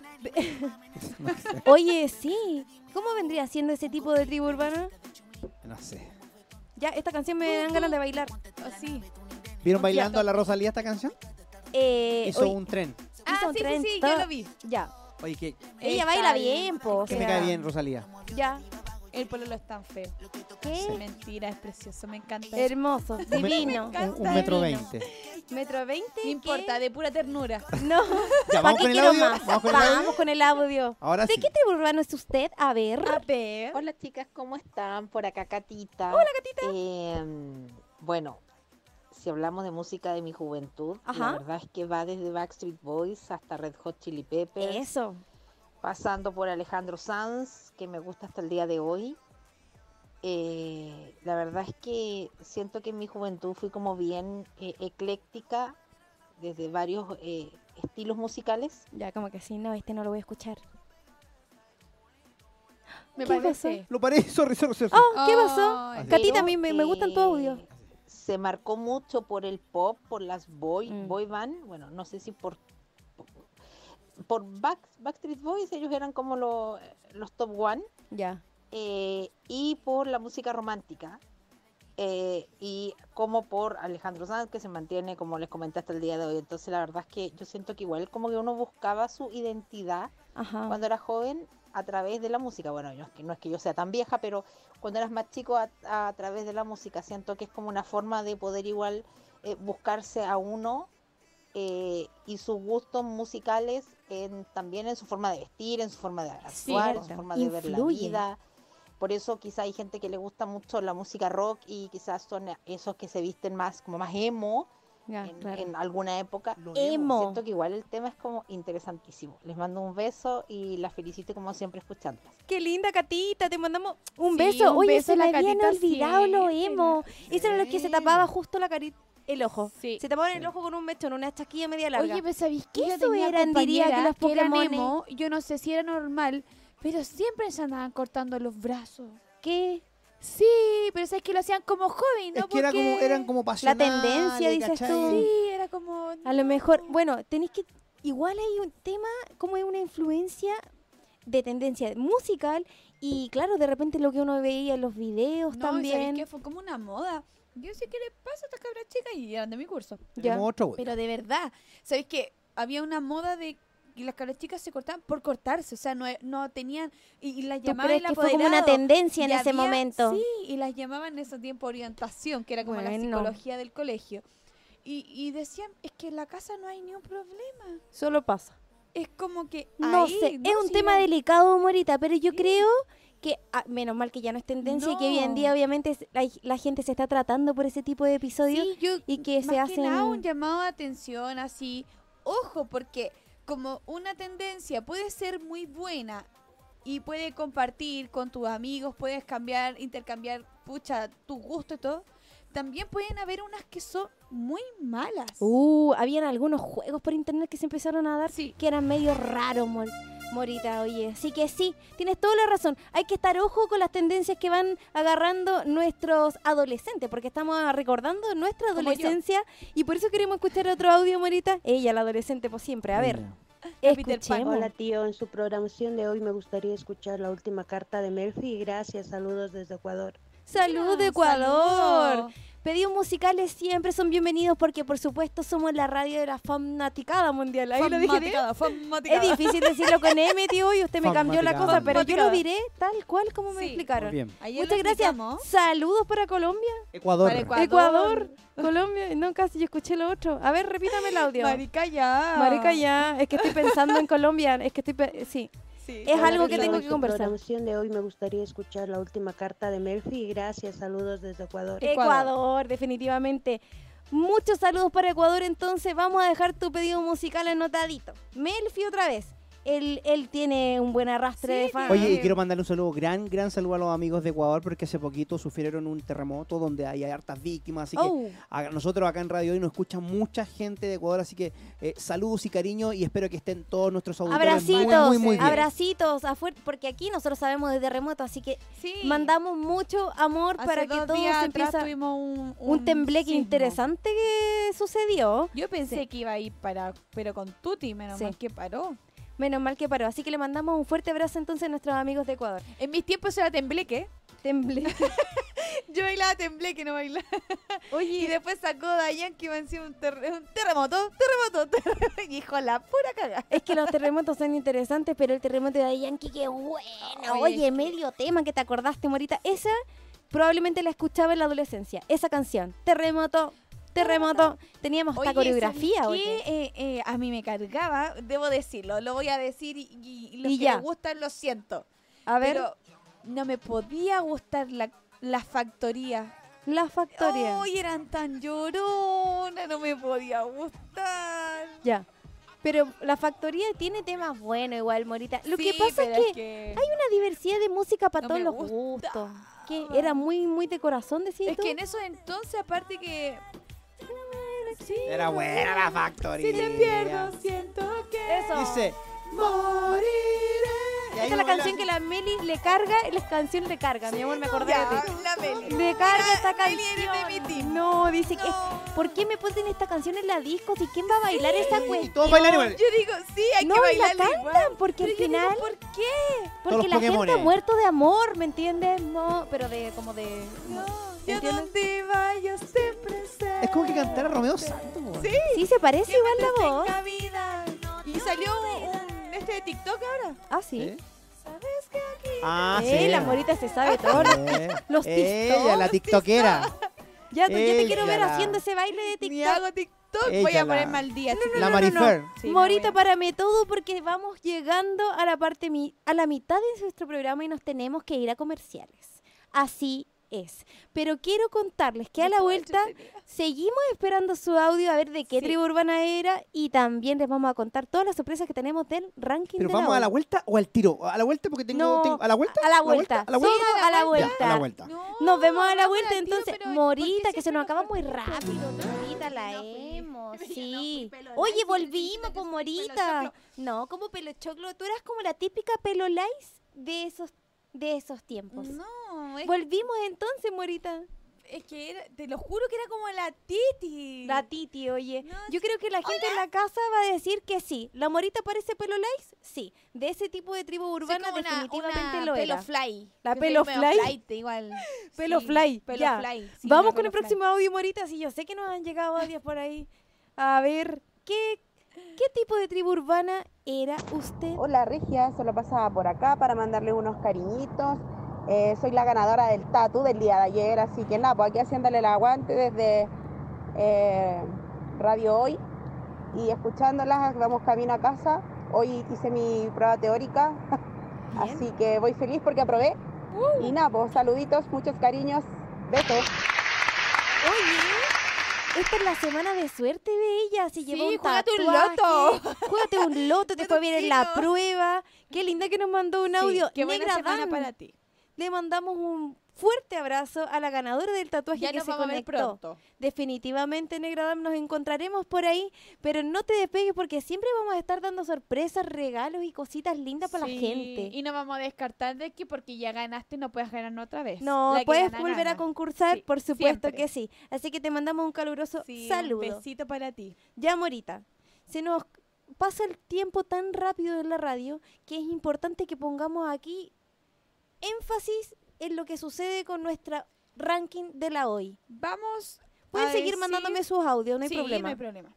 Speaker 1: oye, sí, ¿cómo vendría siendo ese tipo de tribu urbana?
Speaker 4: No sé.
Speaker 1: Ya, esta canción me dan ganas de bailar.
Speaker 2: ¿O sí?
Speaker 4: ¿Vieron
Speaker 2: Concierto.
Speaker 4: bailando a la Rosalía esta canción?
Speaker 1: Eh,
Speaker 4: Hizo
Speaker 1: oye,
Speaker 4: un tren.
Speaker 2: Ah,
Speaker 1: un
Speaker 2: sí, sí,
Speaker 1: tren
Speaker 2: sí, yo
Speaker 1: todo-
Speaker 2: lo vi.
Speaker 1: Ya,
Speaker 4: Oye, que,
Speaker 1: ella
Speaker 2: Está
Speaker 1: baila bien, po, o
Speaker 4: que me
Speaker 1: sea,
Speaker 4: cae bien Rosalía.
Speaker 1: Ya,
Speaker 2: El pololo es tan feo.
Speaker 1: ¿qué?
Speaker 2: Mentira, es precioso, me encanta.
Speaker 1: Hermoso,
Speaker 4: Un me-
Speaker 1: divino.
Speaker 4: Un, un metro veinte.
Speaker 1: Metro 20.
Speaker 2: No importa, de pura ternura.
Speaker 1: No.
Speaker 4: Ya,
Speaker 1: ¿Para
Speaker 4: vamos
Speaker 1: qué
Speaker 4: con el
Speaker 1: quiero
Speaker 4: audio.
Speaker 1: más?
Speaker 4: Vamos con el audio.
Speaker 1: audio.
Speaker 4: Ahora
Speaker 1: ¿De
Speaker 4: sí.
Speaker 1: qué tribu urbano es usted? A ver.
Speaker 2: A ver.
Speaker 5: Hola chicas, ¿cómo están? Por acá Catita. Hola Catita. bueno, si hablamos de música de mi juventud,
Speaker 1: Ajá.
Speaker 5: la verdad es que va desde Backstreet Boys hasta Red Hot Chili Peppers,
Speaker 1: Eso.
Speaker 5: pasando por Alejandro Sanz, que me gusta hasta el día de hoy. Eh, la verdad es que siento que en mi juventud fui como bien eh, ecléctica desde varios eh, estilos musicales.
Speaker 1: Ya, como que sí, no, este no lo voy a escuchar.
Speaker 2: Me
Speaker 1: ¿Qué
Speaker 2: parece.
Speaker 4: Lo paré, sorry, sorry, sorry.
Speaker 1: Oh, ¿qué pasó?
Speaker 2: Ay.
Speaker 1: Catita,
Speaker 5: pero,
Speaker 1: a mí me- me gustan tus audios.
Speaker 5: Se marcó mucho por el pop, por las boy,
Speaker 1: Mm.
Speaker 5: boy band, bueno, no sé si por por Back- Backstreet Boys, ellos eran como lo- los top one,
Speaker 1: Ya.
Speaker 5: eh, y por la música romántica, eh, y como por Alejandro Sanz, que se mantiene, como les comenté, hasta el día de hoy. Entonces, la verdad es que yo siento que igual como que uno buscaba su identidad
Speaker 1: Ajá.
Speaker 5: cuando era joven a través de la música. Bueno, no es que, no es que yo sea tan vieja, pero cuando eras más chico a, a través de la música, siento que es como una forma de poder igual eh, buscarse a uno eh, y sus gustos musicales en- también en su forma de vestir, en su forma de actuar, en su
Speaker 1: Cierto,
Speaker 5: forma de ver la
Speaker 1: influye.
Speaker 5: vida. Por eso quizá hay gente que le gusta mucho la música rock y quizás son esos que se visten más como más emo
Speaker 1: Ya,
Speaker 5: en,
Speaker 1: claro.
Speaker 5: en alguna época.
Speaker 4: Lo
Speaker 1: Emo.
Speaker 5: Siento que igual el tema es como interesantísimo. Les mando un beso y las felicito como siempre escuchándolas.
Speaker 1: Qué linda, Catita, te mandamos un
Speaker 2: Sí,
Speaker 1: beso.
Speaker 2: un
Speaker 1: Oye,
Speaker 2: beso
Speaker 1: se
Speaker 2: a la
Speaker 1: me habían
Speaker 2: Catita
Speaker 1: olvidado lo
Speaker 2: siempre.
Speaker 1: emo. Eso era lo que se tapaba justo la carita, el ojo.
Speaker 2: Sí.
Speaker 1: Se tapaban el ojo con un mechón, una chaquilla media larga.
Speaker 2: Oye, pero ¿sabéis qué? Yo
Speaker 1: Eso
Speaker 2: tenía
Speaker 1: eran, diría, que
Speaker 2: compañeras
Speaker 1: los
Speaker 2: que eran
Speaker 1: Pokémones.
Speaker 2: emo, Yo no sé si era normal, pero siempre se andaban cortando los brazos.
Speaker 1: ¿Qué?
Speaker 2: Sí, pero sabes que lo hacían como joven, ¿no?
Speaker 4: Es que era
Speaker 2: Porque-
Speaker 4: como, eran como pasionales,
Speaker 1: tendencia, dices tú.
Speaker 4: ¿cachai?
Speaker 2: Sí, era como...
Speaker 1: A lo mejor, bueno, tenéis que. Igual hay un tema, como es una influencia de tendencia musical y claro, de repente lo que uno veía en los videos
Speaker 2: No,
Speaker 1: también.
Speaker 2: que fue como una moda. Yo sé qué le pasa a estas cabras chicas y eran de mi curso.
Speaker 1: Ya.
Speaker 4: Tenemos otro, güey.
Speaker 2: Pero de verdad, ¿sabéis que había una moda de que las cabras chicas se cortaban por cortarse? O sea, no, no tenían... Y, y las
Speaker 1: ¿Tú
Speaker 2: llamaban
Speaker 1: crees
Speaker 2: el
Speaker 1: que fue como una
Speaker 2: apoderado.
Speaker 1: tendencia en
Speaker 2: Y
Speaker 1: ese
Speaker 2: había-
Speaker 1: momento?
Speaker 2: Sí, y las llamaban en ese tiempo orientación, que era como la
Speaker 1: Bueno.
Speaker 2: psicología del colegio. Y, y decían, es que en la casa no hay ni un problema.
Speaker 1: Solo pasa.
Speaker 2: Es como que...
Speaker 1: No
Speaker 2: ahí,
Speaker 1: sé, es un
Speaker 2: si
Speaker 1: tema
Speaker 2: no-
Speaker 1: delicado, Morita, pero yo
Speaker 2: Sí.
Speaker 1: creo que ah, menos mal que ya no es tendencia y que hoy en
Speaker 2: No.
Speaker 1: día obviamente es- la, la gente se está tratando por ese tipo de episodios.
Speaker 2: Sí, yo-
Speaker 1: y que
Speaker 2: más
Speaker 1: se hacen-
Speaker 2: nada un llamado de atención así, ojo, porque como una tendencia puede ser muy buena y puede compartir con tus amigos, puedes cambiar, intercambiar, pucha, tu gusto y todo. También pueden haber unas que son muy malas.
Speaker 1: Uh, habían algunos juegos por internet que se empezaron a dar
Speaker 2: Sí.
Speaker 1: que eran medio raros, Mor- Morita, oye. Así que sí, tienes toda la razón. Hay que estar ojo con las tendencias que van agarrando nuestros adolescentes, porque estamos recordando nuestra
Speaker 2: Como yo.
Speaker 1: adolescencia y por eso queremos escuchar otro audio, Morita. Ella, la adolescente, por siempre. A
Speaker 2: Mm.
Speaker 1: ver,
Speaker 2: Peter Pan.
Speaker 1: escuchemos.
Speaker 3: Hola tío, en su programación de hoy me gustaría escuchar la última carta de Murphy. Gracias, saludos desde Ecuador.
Speaker 1: Salud,
Speaker 2: Mira,
Speaker 1: Ecuador.
Speaker 2: saludo.
Speaker 1: Pedidos musicales siempre son bienvenidos porque, por supuesto, somos la radio de la fanaticada mundial. Ahí lo dije. bien.
Speaker 2: Fanaticada, fanaticada.
Speaker 1: Es difícil decirlo con M, tío, y usted me cambió la cosa,
Speaker 4: Fanaticada.
Speaker 1: pero yo lo
Speaker 2: Fanaticada.
Speaker 1: diré tal cual como me
Speaker 2: Sí.
Speaker 1: explicaron.
Speaker 4: Bien.
Speaker 2: Ayer
Speaker 1: Muchas
Speaker 2: lo
Speaker 1: gracias.
Speaker 2: explicamos.
Speaker 1: Saludos para Colombia.
Speaker 4: Ecuador.
Speaker 2: Para Ecuador.
Speaker 1: Ecuador, Colombia. No, casi yo escuché lo otro. A ver, repítame el audio.
Speaker 2: Marica ya.
Speaker 1: Marica, ya. Es que estoy pensando en Colombia. Es que estoy. pe- Sí.
Speaker 2: Sí.
Speaker 1: Es
Speaker 3: Hola,
Speaker 1: algo que
Speaker 3: tío,
Speaker 1: tengo
Speaker 3: en
Speaker 1: que
Speaker 3: su
Speaker 1: conversar.
Speaker 3: programación de hoy me gustaría escuchar la última carta de Murphy. Gracias, saludos desde Ecuador.
Speaker 1: Ecuador, definitivamente. Muchos saludos para Ecuador, entonces vamos a dejar tu pedido musical anotadito. Melfi otra vez. Él, él tiene un buen arrastre
Speaker 2: Sí,
Speaker 1: de fans.
Speaker 4: Oye, y quiero mandarle un saludo, gran, gran saludo a los amigos de Ecuador porque hace poquito sufrieron un terremoto donde hay hartas víctimas, así que
Speaker 1: Oh,
Speaker 4: a nosotros acá en Radio Hoy nos escucha mucha gente de Ecuador, así que eh, saludos y cariño y espero que estén todos nuestros auditores muy,
Speaker 1: abracitos,
Speaker 4: muy, muy bien.
Speaker 1: abracitos, a fuer- porque aquí nosotros sabemos de terremoto, así que
Speaker 2: Sí.
Speaker 1: mandamos mucho amor
Speaker 2: Hace
Speaker 1: para que
Speaker 2: dos
Speaker 1: todo
Speaker 2: días
Speaker 1: se
Speaker 2: atrás
Speaker 1: empiece. Un,
Speaker 2: tuvimos un,
Speaker 1: tembleque
Speaker 2: sismo.
Speaker 1: interesante que sucedió.
Speaker 2: Yo pensé que iba a ir para, pero con Tuti, menos
Speaker 1: Sí.
Speaker 2: mal que paró.
Speaker 1: Menos mal que paró. Así que le mandamos un fuerte abrazo entonces a nuestros amigos de Ecuador.
Speaker 2: En mis tiempos era tembleque.
Speaker 1: Tembleque.
Speaker 2: Yo bailaba tembleque, no bailaba.
Speaker 1: Oye,
Speaker 2: Y después sacó Dayan que iba a encima un, ter- un terremoto, terremoto, terremoto. Y dijo la pura cagada.
Speaker 1: Es que los terremotos son interesantes, pero el terremoto de Daddy Yankee, qué bueno.
Speaker 2: Oye,
Speaker 1: Oye,
Speaker 2: es que-
Speaker 1: medio tema que te acordaste, Morita. Esa probablemente la escuchaba en la adolescencia, esa canción. Terremoto, terremoto. Teníamos hasta
Speaker 2: Oye,
Speaker 1: coreografía,
Speaker 2: ¿sabes
Speaker 1: oye.
Speaker 2: qué? Eh, eh, a mí me cargaba, debo decirlo, lo voy a decir y, y- y los
Speaker 1: Y
Speaker 2: que
Speaker 1: ya.
Speaker 2: me gustan lo siento.
Speaker 1: A ver,
Speaker 2: Pero no me podía gustar la, la factoría.
Speaker 1: la factoría.
Speaker 2: Hoy eran tan lloronas, no me podía gustar.
Speaker 1: Ya. Pero la factoría tiene temas buenos igual, Morita. Lo que
Speaker 2: Sí,
Speaker 1: pasa es
Speaker 2: pero
Speaker 1: que hay una diversidad de música para
Speaker 2: No
Speaker 1: todos
Speaker 2: me
Speaker 1: los
Speaker 2: gustaba.
Speaker 1: gustos. Que era muy, muy de corazón, decís
Speaker 2: Es
Speaker 1: tú.
Speaker 2: que en eso entonces, aparte que.
Speaker 4: Era buena la factoría.
Speaker 2: Si te pierdo, siento que.
Speaker 1: Eso.
Speaker 4: Dice, moriré. Y
Speaker 1: Esta
Speaker 4: ahí
Speaker 1: es la
Speaker 4: baila
Speaker 1: canción
Speaker 4: así.
Speaker 1: que la Meli le carga, la canción le carga, mi amor, me acordé
Speaker 2: Ya,
Speaker 1: de ti.
Speaker 2: la Meli.
Speaker 1: Me carga esta
Speaker 2: Meli, eres de
Speaker 1: canción.
Speaker 2: mi team.
Speaker 1: No, dice que.
Speaker 2: No.
Speaker 1: ¿Por qué me ponen esta canción en la disco? ¿Y quién va a bailar esa
Speaker 4: Y
Speaker 1: cuestión?
Speaker 4: todos bailan igual.
Speaker 2: Yo digo, sí, hay
Speaker 1: No,
Speaker 2: que
Speaker 1: y la
Speaker 2: bailar
Speaker 1: cantan, porque al final.
Speaker 2: ¿Por qué?
Speaker 4: Todos
Speaker 1: Porque
Speaker 4: los
Speaker 1: la gente ha
Speaker 4: Pokémones.
Speaker 1: muerto de amor, ¿me entiendes? No, pero de como de.
Speaker 2: No, yo
Speaker 1: ¿Entiendes?
Speaker 2: donde vaya siempre sé.
Speaker 4: Es como que cantara Romeo Santos. po.
Speaker 2: Sí.
Speaker 1: Sí, se parece
Speaker 2: que
Speaker 1: igual
Speaker 2: me
Speaker 1: la voz.
Speaker 2: tenga vida. Y salió un, este de TikTok ahora.
Speaker 1: Ah, sí.
Speaker 4: ¿Eh?
Speaker 2: ¿Sabes qué? Aquí
Speaker 4: Ah,
Speaker 1: Eh,
Speaker 4: sí.
Speaker 1: la morita se sabe todo.
Speaker 4: Eh,
Speaker 1: Los
Speaker 4: Ella, la tiktokera.
Speaker 1: Ya, tú, yo te quiero
Speaker 4: Ella
Speaker 1: ver
Speaker 4: la-
Speaker 1: haciendo ese baile de
Speaker 2: ni
Speaker 1: TikTok.
Speaker 2: hago TikTok.
Speaker 4: Ella
Speaker 2: voy a
Speaker 4: la-
Speaker 2: ponerme al día. chicos.
Speaker 4: La Marifer.
Speaker 2: Sí, me
Speaker 1: Morita,
Speaker 2: voy
Speaker 1: párame todo porque vamos llegando a la parte mi- a la mitad de nuestro programa y nos tenemos que ir a comerciales. Así es. Pero quiero contarles que
Speaker 2: a-
Speaker 1: a la
Speaker 2: Yo
Speaker 1: vuelta
Speaker 2: tenía-
Speaker 1: seguimos esperando su audio a ver de qué
Speaker 2: Sí.
Speaker 1: tribu urbana era y también les vamos a contar todas las sorpresas que tenemos del ranking
Speaker 4: Pero
Speaker 1: de
Speaker 4: vamos a la
Speaker 1: hora.
Speaker 4: vuelta o al tiro. A la vuelta porque tengo.
Speaker 1: No,
Speaker 4: tengo- ¿A la vuelta?
Speaker 1: a la vuelta,
Speaker 4: ¿A la vuelta?
Speaker 1: solo a la vuelta.
Speaker 4: Ya, a la vuelta.
Speaker 2: No,
Speaker 1: Nos vemos a la
Speaker 2: vamos
Speaker 1: vuelta
Speaker 2: al tiro,
Speaker 1: entonces.
Speaker 2: pero ¿por qué
Speaker 1: Morita, que se
Speaker 2: siempre
Speaker 1: nos acaba muy
Speaker 2: cortan?
Speaker 1: rápido. Morita, la emo, sí. Oye, volvimos con Morita. No, como pelo choclo. Tú eras como la típica pelo lais de esos, de esos tiempos.
Speaker 2: No, es,
Speaker 1: Volvimos entonces, Morita.
Speaker 2: es que era- te lo juro que era como la Titi.
Speaker 1: La Titi, oye.
Speaker 2: No,
Speaker 1: Yo creo que la gente en la casa va a decir que sí. ¿La Morita parece pelo lais? Sí. De ese tipo de tribu
Speaker 2: Soy
Speaker 1: urbana
Speaker 2: como una-
Speaker 1: definitivamente
Speaker 2: una
Speaker 1: lo
Speaker 2: pelo
Speaker 1: era.
Speaker 2: fly.
Speaker 1: La
Speaker 2: Yo soy
Speaker 1: pelo
Speaker 2: medio
Speaker 1: fly.
Speaker 2: flight igual.
Speaker 1: Pelo
Speaker 2: Sí,
Speaker 1: fly,
Speaker 2: pelo
Speaker 1: ya.
Speaker 2: fly, sí,
Speaker 1: Vamos
Speaker 2: una
Speaker 1: con el
Speaker 2: pelo fly.
Speaker 1: próximo audio, Morita. Sí, yo sé que nos han llegado audios por ahí. A ver, ¿qué, qué tipo de tribu urbana era usted?
Speaker 6: Hola Regia, solo pasaba por acá para mandarle unos cariñitos. Eh, soy la ganadora del tatu del día de ayer, así que nada, pues aquí haciéndole el aguante desde eh, Radio Hoy y escuchándolas, vamos camino a casa. Hoy hice mi prueba teórica,
Speaker 1: Bien.
Speaker 6: así que voy feliz porque aprobé Y nada, pues, saluditos, muchos cariños, besos.
Speaker 1: Oye, esta es la semana de suerte de ella. Si
Speaker 2: Sí,
Speaker 1: llevó un
Speaker 2: juégate un
Speaker 1: tatuaje,
Speaker 2: loto.
Speaker 1: Juégate un loto, después viene la
Speaker 2: Lotoncito.
Speaker 1: prueba. Qué linda que nos mandó un audio.
Speaker 2: Qué buena
Speaker 1: Negra
Speaker 2: semana
Speaker 1: Dan,
Speaker 2: para ti.
Speaker 1: Le mandamos un fuerte abrazo a la ganadora del tatuaje
Speaker 2: Ya
Speaker 1: que
Speaker 2: nos
Speaker 1: se
Speaker 2: vamos a ver
Speaker 1: conectó.
Speaker 2: pronto.
Speaker 1: Definitivamente, Negra Dam, nos encontraremos por ahí, pero no te despegues porque siempre vamos a estar dando sorpresas, regalos y cositas lindas para
Speaker 2: Sí,
Speaker 1: la gente.
Speaker 2: Y no vamos a descartar de que porque ya ganaste no puedes ganar otra vez.
Speaker 1: No,
Speaker 2: La que
Speaker 1: puedes
Speaker 2: gana,
Speaker 1: volver a
Speaker 2: gana.
Speaker 1: concursar,
Speaker 2: Sí,
Speaker 1: por supuesto
Speaker 2: siempre.
Speaker 1: que sí. Así que te mandamos un caluroso
Speaker 2: Sí, un
Speaker 1: saludo.
Speaker 2: besito para ti.
Speaker 1: Ya, Morita, se nos pasa el tiempo tan rápido en la radio que es importante que pongamos aquí énfasis en lo que sucede con nuestra ranking de la hoy.
Speaker 2: Vamos.
Speaker 1: Pueden
Speaker 2: a
Speaker 1: seguir
Speaker 2: decir-
Speaker 1: mandándome sus audios, no hay
Speaker 2: Sí,
Speaker 1: problema.
Speaker 2: no hay problema.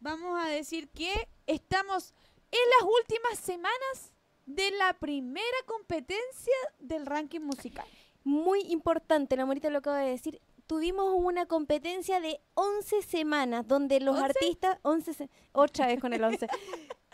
Speaker 2: Vamos a decir que estamos en las últimas semanas de la primera competencia del ranking musical.
Speaker 1: Muy importante, la Morita lo acaba de decir. Tuvimos una competencia de 11 semanas donde los
Speaker 2: ¿Once?
Speaker 1: artistas, 11, se- otra vez con el 11,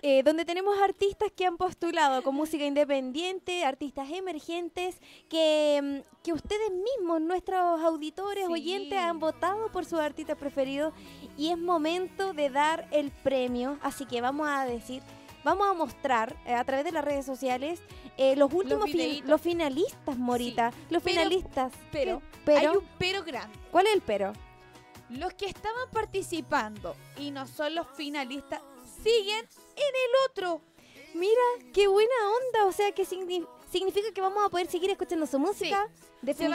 Speaker 1: eh, donde tenemos artistas que han postulado con música independiente, artistas emergentes, que, mm, que ustedes mismos, nuestros auditores,
Speaker 2: Sí.
Speaker 1: oyentes, han votado por sus artistas preferidos y es momento de dar el premio. Así que vamos a decir, vamos a mostrar eh, a través de las redes sociales eh, los últimos fin-
Speaker 2: videitos.
Speaker 1: los finalistas, Morita, los
Speaker 2: pero-
Speaker 1: finalistas.
Speaker 2: pero-
Speaker 1: ¿Qué? pero,
Speaker 2: Hay un pero grande.
Speaker 1: ¿cuál es el pero?
Speaker 2: Los que estaban participando y no son los finalistas siguen en el otro.
Speaker 1: Mira, qué buena onda, o sea, que signi- significa que vamos a poder seguir escuchando su música
Speaker 2: Se va a seguir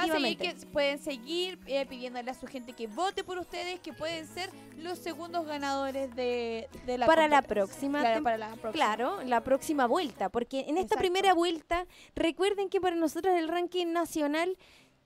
Speaker 1: definitivamente.
Speaker 2: que pueden seguir eh, pidiéndole a su gente que vote por ustedes, que pueden ser los segundos ganadores de, de la
Speaker 1: Para la
Speaker 2: competencia.
Speaker 1: próxima
Speaker 2: Claro,
Speaker 1: tem-
Speaker 2: para la próxima.
Speaker 1: Claro, la próxima vuelta, porque en esta
Speaker 2: Exacto.
Speaker 1: primera vuelta, recuerden que para nosotros el ranking nacional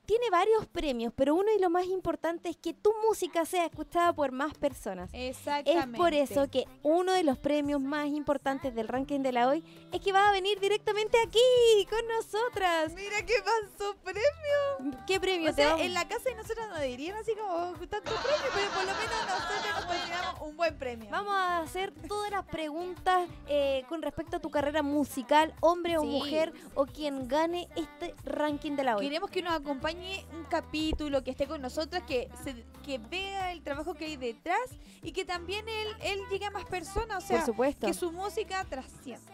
Speaker 1: tiene varios premios, pero uno y lo más importante es que tu música sea escuchada por más personas. Es
Speaker 2: Exactamente.
Speaker 1: por eso que uno de los premios más importantes del ranking de la hoy es que va a venir directamente aquí con nosotras.
Speaker 2: Mira qué pasó, premio.
Speaker 1: ¿Qué premio
Speaker 2: O
Speaker 1: te
Speaker 2: sea,
Speaker 1: vamos-
Speaker 2: en la casa de nosotros nos dirían así como "Oh, tanto premio, pero por lo menos nosotros nos consideramos un buen premio.
Speaker 1: Vamos a hacer todas las preguntas eh, con respecto a tu carrera musical, hombre o
Speaker 2: Sí.
Speaker 1: mujer, o quien gane este ranking de la hoy.
Speaker 2: Queremos que nos acompañe un capítulo, que esté con nosotros, que, se- que vea el trabajo que hay detrás y que también él, él llegue a más personas, o sea,
Speaker 1: supuesto.
Speaker 2: que su música trascienda.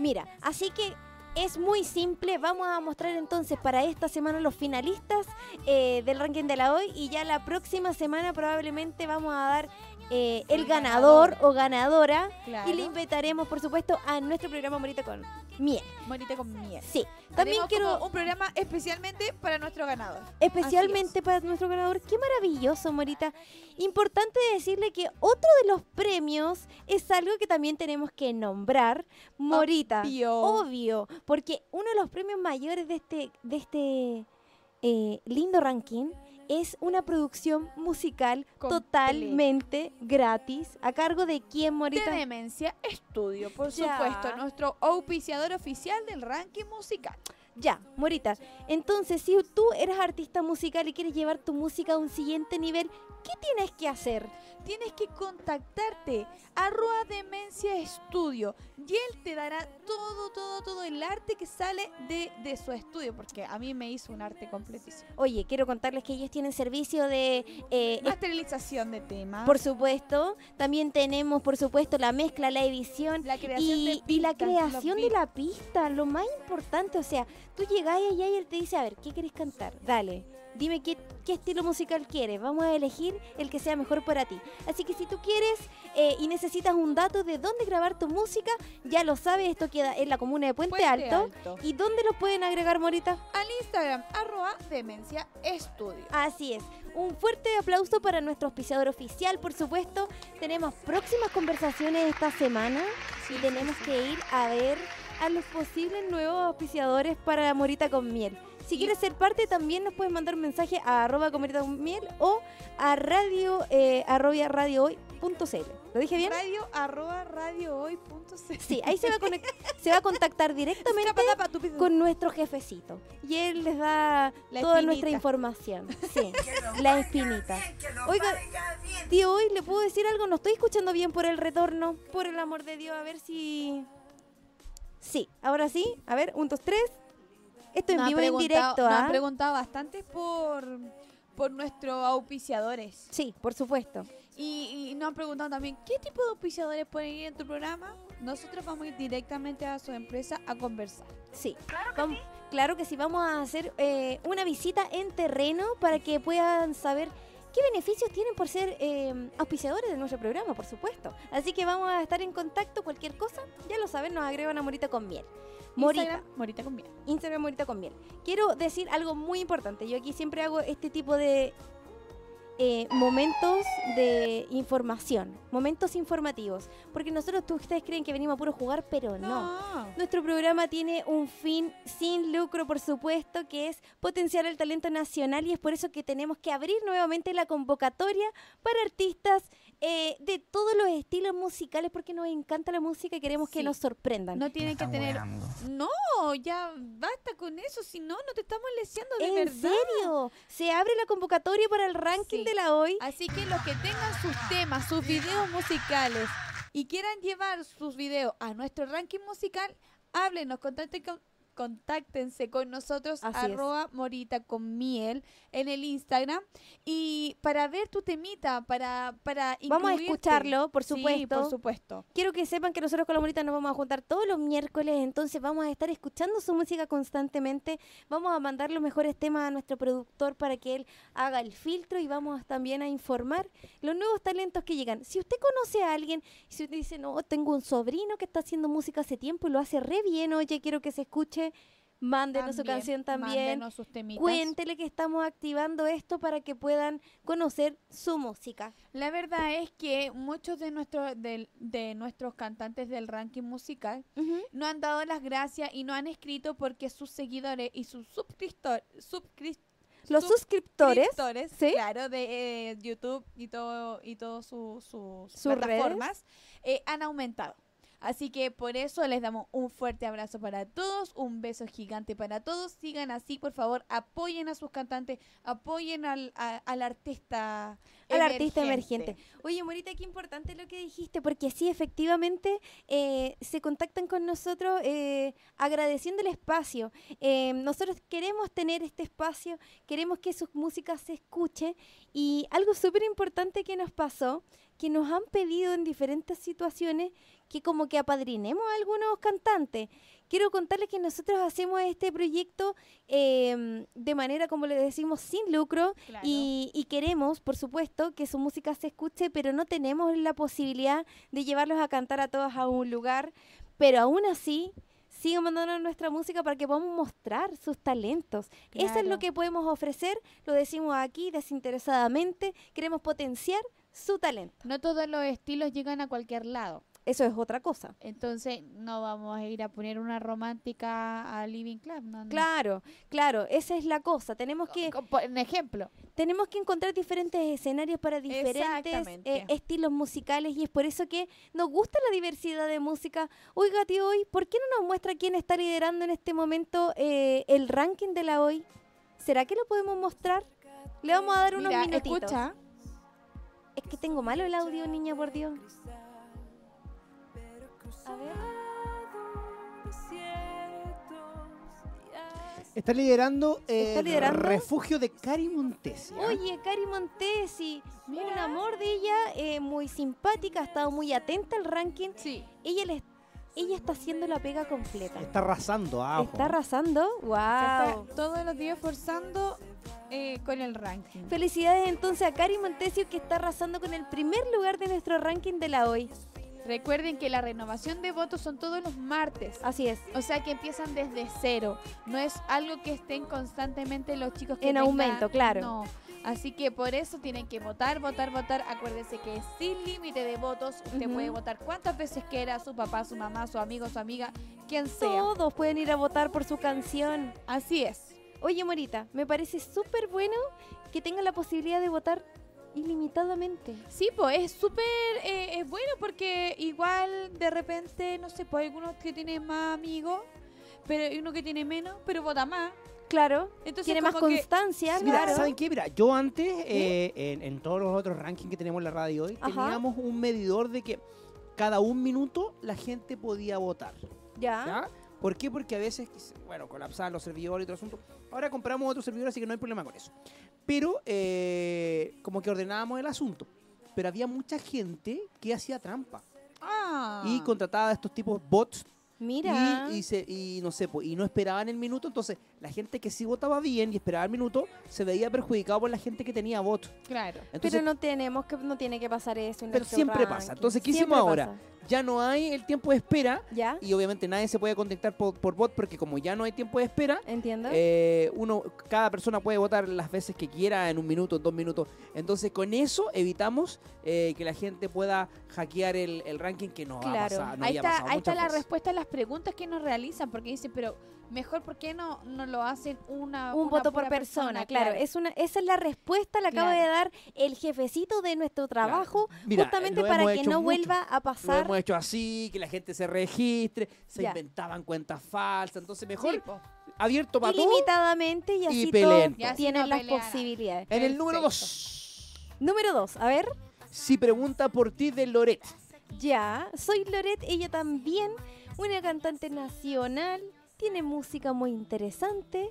Speaker 1: Mira, así que es muy simple. Vamos a mostrar entonces para esta semana los finalistas eh, del ranking de la hoy y ya la próxima semana probablemente vamos a dar eh, el
Speaker 2: El
Speaker 1: ganador,
Speaker 2: ganador.
Speaker 1: o ganadora
Speaker 2: Claro.
Speaker 1: y le invitaremos, por supuesto, a nuestro programa Morita con Miel.
Speaker 2: Morita con miel.
Speaker 1: Sí, también
Speaker 2: Haremos
Speaker 1: quiero
Speaker 2: como un programa especialmente para nuestro ganador.
Speaker 1: especialmente para nuestro ganador. Qué maravilloso, Morita. Importante decirle que otro de los premios es algo que también tenemos que nombrar, Morita.
Speaker 2: Obvio.
Speaker 1: Obvio, porque uno de los premios mayores de este, de este eh, lindo ranking es una producción musical
Speaker 2: Completa.
Speaker 1: totalmente gratis a cargo de quién,
Speaker 2: De
Speaker 1: Morita.
Speaker 2: Demencia Estudio, por
Speaker 1: Ya.
Speaker 2: supuesto, nuestro auspiciador oficial del ranking musical.
Speaker 1: Ya, Morita. Entonces, si tú eres artista musical y quieres llevar tu música a un siguiente nivel, ¿qué tienes que hacer?
Speaker 2: Tienes que contactarte arroba Demencia Estudio y él te dará todo, todo, todo el arte que sale de, de su estudio, porque a mí me hizo un arte completísimo.
Speaker 1: Oye, quiero contarles que ellos tienen servicio de... eh,
Speaker 2: Ah. Materialización de temas,
Speaker 1: por supuesto, también tenemos, por supuesto, la mezcla, la edición,
Speaker 2: la creación de
Speaker 1: y, y la
Speaker 2: pistas, los
Speaker 1: creación de
Speaker 2: beats.
Speaker 1: la pista, lo más importante, o sea, tú llegás allá y él te dice, a ver, ¿qué quieres cantar? Dale, dime qué, qué estilo musical quieres, vamos a elegir el que sea mejor para ti. Así que si tú quieres eh, y necesitas un dato de dónde grabar tu música, ya lo sabes, esto queda en la comuna de Puente,
Speaker 2: Puente
Speaker 1: Alto.
Speaker 2: Alto.
Speaker 1: ¿Y dónde los pueden agregar, Morita?
Speaker 2: Al Instagram arroba Demencia Estudio.
Speaker 1: Así es. Un fuerte aplauso para nuestro auspiciador oficial, por supuesto. Tenemos próximas conversaciones esta semana y tenemos que ir a ver a los posibles nuevos auspiciadores para la Morita con Miel. Si
Speaker 2: Y-
Speaker 1: quieres ser parte, también nos puedes mandar un mensaje a arroba con Morita con Miel o a radio, eh, arroba radiohoy.cl. ¿Lo dije bien?
Speaker 2: Radio arroba radiohoy.cl.
Speaker 1: Sí, ahí se va a, conect- se va a contactar directamente
Speaker 2: Escapa, tapa, tupido.
Speaker 1: con nuestro jefecito. Y él les da
Speaker 2: La
Speaker 1: toda
Speaker 2: espinita.
Speaker 1: nuestra información. Sí, la espinita. Oiga, tío, hoy le puedo decir algo, no estoy escuchando bien por el retorno. Por el amor de Dios, a ver si. Sí, ahora sí. A ver, un, dos, tres. Esto en
Speaker 2: Nos han
Speaker 1: vivo e
Speaker 2: preguntado-
Speaker 1: indirecto,
Speaker 2: Nos
Speaker 1: ¿ah?
Speaker 2: han preguntado bastantes por, por nuestros auspiciadores.
Speaker 1: Sí, por supuesto.
Speaker 2: Y, y nos han preguntado también, ¿qué tipo de auspiciadores pueden ir en tu programa? Nosotros vamos a ir directamente a su empresa a conversar.
Speaker 1: Sí. Claro que sí. Claro que sí, vamos a hacer eh, una visita en terreno para que puedan saber qué beneficios tienen por ser eh, auspiciadores de nuestro programa, por supuesto. Así que vamos a estar en contacto, cualquier cosa, ya lo saben, nos agregan a Morita con miel. Morita, Instagram,
Speaker 2: Instagram, Morita con miel.
Speaker 1: Morita con miel. Quiero decir algo muy importante, yo aquí siempre hago este tipo de eh, momentos de información, momentos informativos, porque nosotros, tú, ustedes creen que venimos a puro jugar, pero no. Nuestro programa tiene un fin sin lucro, por supuesto, que es potenciar el talento nacional y es por eso que tenemos que abrir nuevamente la convocatoria para artistas eh, de todos los estilos musicales porque nos encanta la música y queremos que
Speaker 2: Sí.
Speaker 1: nos sorprendan.
Speaker 2: No tienen que tener... No, ya basta con eso, si no, no te estamos lesionando de
Speaker 1: ¿En
Speaker 2: verdad.
Speaker 1: serio? Se abre la convocatoria para el ranking
Speaker 2: Sí. Ah,
Speaker 1: de la hoy.
Speaker 2: Así que los que tengan sus temas, sus videos musicales y quieran llevar sus videos a nuestro ranking musical, háblenos, contacten con- contáctense con nosotros,
Speaker 1: Así es.
Speaker 2: arroba morita con miel en el Instagram y para ver tu temita, para, para
Speaker 1: Vamos a
Speaker 2: incluirte.
Speaker 1: escucharlo, por
Speaker 2: Sí,
Speaker 1: supuesto.
Speaker 2: por supuesto.
Speaker 1: Quiero que sepan que nosotros con la Morita nos vamos a juntar todos los miércoles, entonces vamos a estar escuchando su música constantemente. Vamos a mandar los mejores temas a nuestro productor para que él haga el filtro y vamos también a informar los nuevos talentos que llegan. Si usted conoce a alguien, si usted dice, no, tengo un sobrino que está haciendo música hace tiempo y lo hace re bien, oye, quiero que se escuche, mándenos su
Speaker 2: También,
Speaker 1: canción también.
Speaker 2: mándenos sus temitas.
Speaker 1: Cuéntele que estamos activando esto para que puedan conocer su música.
Speaker 2: La verdad es que muchos de, nuestros del- de nuestros cantantes del ranking musical no han dado las gracias y no han escrito porque sus seguidores y sus suscriptores,
Speaker 1: Los suscriptores, ¿sí?
Speaker 2: claro, de eh, YouTube y todo y todas sus
Speaker 1: Sus
Speaker 2: plataformas eh, han aumentado. Así que por eso les damos un fuerte abrazo para todos, un beso gigante para todos. Sigan así, por favor, apoyen a sus cantantes, apoyen al, a- al artista
Speaker 1: Al artista emergente. Oye, Morita, qué importante lo que dijiste, porque sí, efectivamente, eh, se contactan con nosotros eh, agradeciendo el espacio. Eh, nosotros queremos tener este espacio, queremos que sus músicas se escuche y algo súper importante que nos pasó, que nos han pedido en diferentes situaciones que como que apadrinemos a algunos cantantes. Quiero contarles que nosotros hacemos este proyecto eh, de manera, como le decimos, sin lucro,
Speaker 2: Claro.
Speaker 1: y, y queremos, por supuesto, que su música se escuche, pero no tenemos la posibilidad de llevarlos a cantar a todos a un lugar. Pero aún así, sigan mandándonos nuestra música para que podamos mostrar sus talentos. Eso es lo
Speaker 2: Claro.
Speaker 1: que podemos ofrecer, lo decimos aquí desinteresadamente. Queremos potenciar su talento.
Speaker 2: No todos los estilos llegan a cualquier lado.
Speaker 1: Eso es otra cosa.
Speaker 2: Entonces no vamos a ir a poner una romántica a Living Club. No, no.
Speaker 1: Claro, claro, esa es la cosa. Tenemos
Speaker 2: Mm. Co-
Speaker 1: que,
Speaker 2: co- por- Un ejemplo.
Speaker 1: tenemos que encontrar diferentes escenarios para diferentes
Speaker 2: Exactamente.
Speaker 1: eh, estilos musicales y es por eso que nos gusta la diversidad de música. Oiga, tío, hoy, ¿por qué no nos muestra quién está liderando en este momento eh, el ranking de la hoy? ¿Será que lo podemos mostrar? Le vamos a dar unos
Speaker 2: Mira,
Speaker 1: minutitos.
Speaker 2: escucha.
Speaker 1: Es que tengo malo el audio, niña, por Dios. A ver.
Speaker 4: Está liderando, eh,
Speaker 1: ¿Está liderando?
Speaker 4: Refugio de Cari Montes. ¿ya?
Speaker 1: Oye, Cari Montesi, un amor de ella, eh, muy simpática, ha estado muy atenta al ranking.
Speaker 2: Sí.
Speaker 1: Ella, le- ella está haciendo la pega completa.
Speaker 4: Está arrasando, ah, ojo.
Speaker 1: Está arrasando. ¡Wow!
Speaker 2: Ah, oh. todos los días forzando eh, con el ranking.
Speaker 1: Felicidades entonces a Cari Montesio que está arrasando con el primer lugar de nuestro ranking de la hoy.
Speaker 2: Recuerden que la renovación de votos son todos los martes.
Speaker 1: Así es.
Speaker 2: O sea que empiezan desde cero. No es algo que estén constantemente los chicos que
Speaker 1: En
Speaker 2: tengan-
Speaker 1: aumento, claro.
Speaker 2: No. Así que por eso tienen que votar, votar, votar. Acuérdense que es sin límite de votos. Usted
Speaker 1: Ujú.
Speaker 2: puede votar cuantas veces quiera, su papá, su mamá, su amigo, su amiga, quien sea.
Speaker 1: Todos pueden ir a votar por su canción.
Speaker 2: Así es.
Speaker 1: Oye, Morita, me parece súper bueno que tengan la posibilidad de votar ilimitadamente.
Speaker 2: Sí, pues es súper eh, es bueno porque igual de repente, no sé, pues algunos que tienen más amigos, pero hay uno que tiene menos, pero vota más.
Speaker 1: Claro.
Speaker 2: Entonces,
Speaker 1: Tiene más
Speaker 2: como que-
Speaker 1: constancia,
Speaker 4: Mira,
Speaker 1: claro.
Speaker 4: ¿saben qué? Mira, yo antes, eh, en, en todos los otros rankings que tenemos en la radio hoy,
Speaker 1: Ajá.
Speaker 4: teníamos un medidor de que cada un minuto la gente podía votar.
Speaker 1: Ya.
Speaker 4: ¿ya? ¿Por qué? Porque a veces, bueno, colapsaban los servidores y todo el asunto. Ahora compramos otro servidor, así que no hay problema con eso. Pero eh, como que ordenábamos el asunto. Pero había mucha gente que hacía trampa
Speaker 2: Ah.
Speaker 4: y contrataba a estos tipos bots
Speaker 1: Mira.
Speaker 4: y, y se- y no sé, po, y no esperaban el minuto, entonces la gente que sí votaba bien y esperaba el minuto se veía perjudicado por la gente que tenía votos.
Speaker 2: Claro.
Speaker 4: Entonces
Speaker 1: pero no tenemos que no tiene que pasar eso. en
Speaker 4: Pero
Speaker 1: nuestro
Speaker 4: siempre pasa.
Speaker 1: ranking.
Speaker 4: Entonces, ¿qué
Speaker 1: Siempre
Speaker 4: hicimos ahora?
Speaker 1: pasa.
Speaker 4: ya no hay el tiempo de espera
Speaker 1: ¿Ya?
Speaker 4: y obviamente nadie se puede contactar por, por bot porque como ya no hay tiempo de espera,
Speaker 1: ¿Entiendo?
Speaker 4: eh, uno, cada persona puede votar las veces que quiera, en un minuto, en dos minutos. Entonces con eso evitamos eh, que la gente pueda hackear el, el ranking que no, ha
Speaker 1: Claro.
Speaker 4: pasado, Ah, no
Speaker 2: ahí
Speaker 4: había
Speaker 2: está,
Speaker 4: pasado
Speaker 2: ahí está
Speaker 4: muchas
Speaker 2: la
Speaker 4: veces.
Speaker 2: respuesta a las preguntas que nos realizan, porque dicen, pero mejor, ¿por qué no, no lo hacen Ah, una
Speaker 1: un
Speaker 2: una
Speaker 1: voto por
Speaker 2: pura
Speaker 1: persona, claro. Es una, esa es la respuesta, la acaba
Speaker 2: Claro.
Speaker 1: de dar el jefecito de nuestro
Speaker 4: Claro.
Speaker 1: trabajo,
Speaker 4: Mira, eh,
Speaker 1: justamente
Speaker 4: lo
Speaker 1: para
Speaker 4: hemos
Speaker 1: que
Speaker 4: hecho
Speaker 1: no
Speaker 4: mucho.
Speaker 1: vuelva a
Speaker 4: Lo
Speaker 1: pasar.
Speaker 4: hemos hecho así, que la gente se registre, se
Speaker 1: Ya.
Speaker 4: inventaban cuentas falsas. Entonces mejor
Speaker 2: Sí, po.
Speaker 4: abierto para todo.
Speaker 1: ilimitadamente y así
Speaker 4: peleen.
Speaker 1: todos
Speaker 4: Y así
Speaker 1: tienen
Speaker 2: no
Speaker 1: las
Speaker 2: pelean.
Speaker 1: posibilidades.
Speaker 4: En el número
Speaker 2: Perfecto.
Speaker 4: 2.
Speaker 1: Número dos, a ver.
Speaker 4: Si pregunta por ti de Loret.
Speaker 1: Ya, soy Loret, ella también, una cantante nacional, tiene música muy interesante.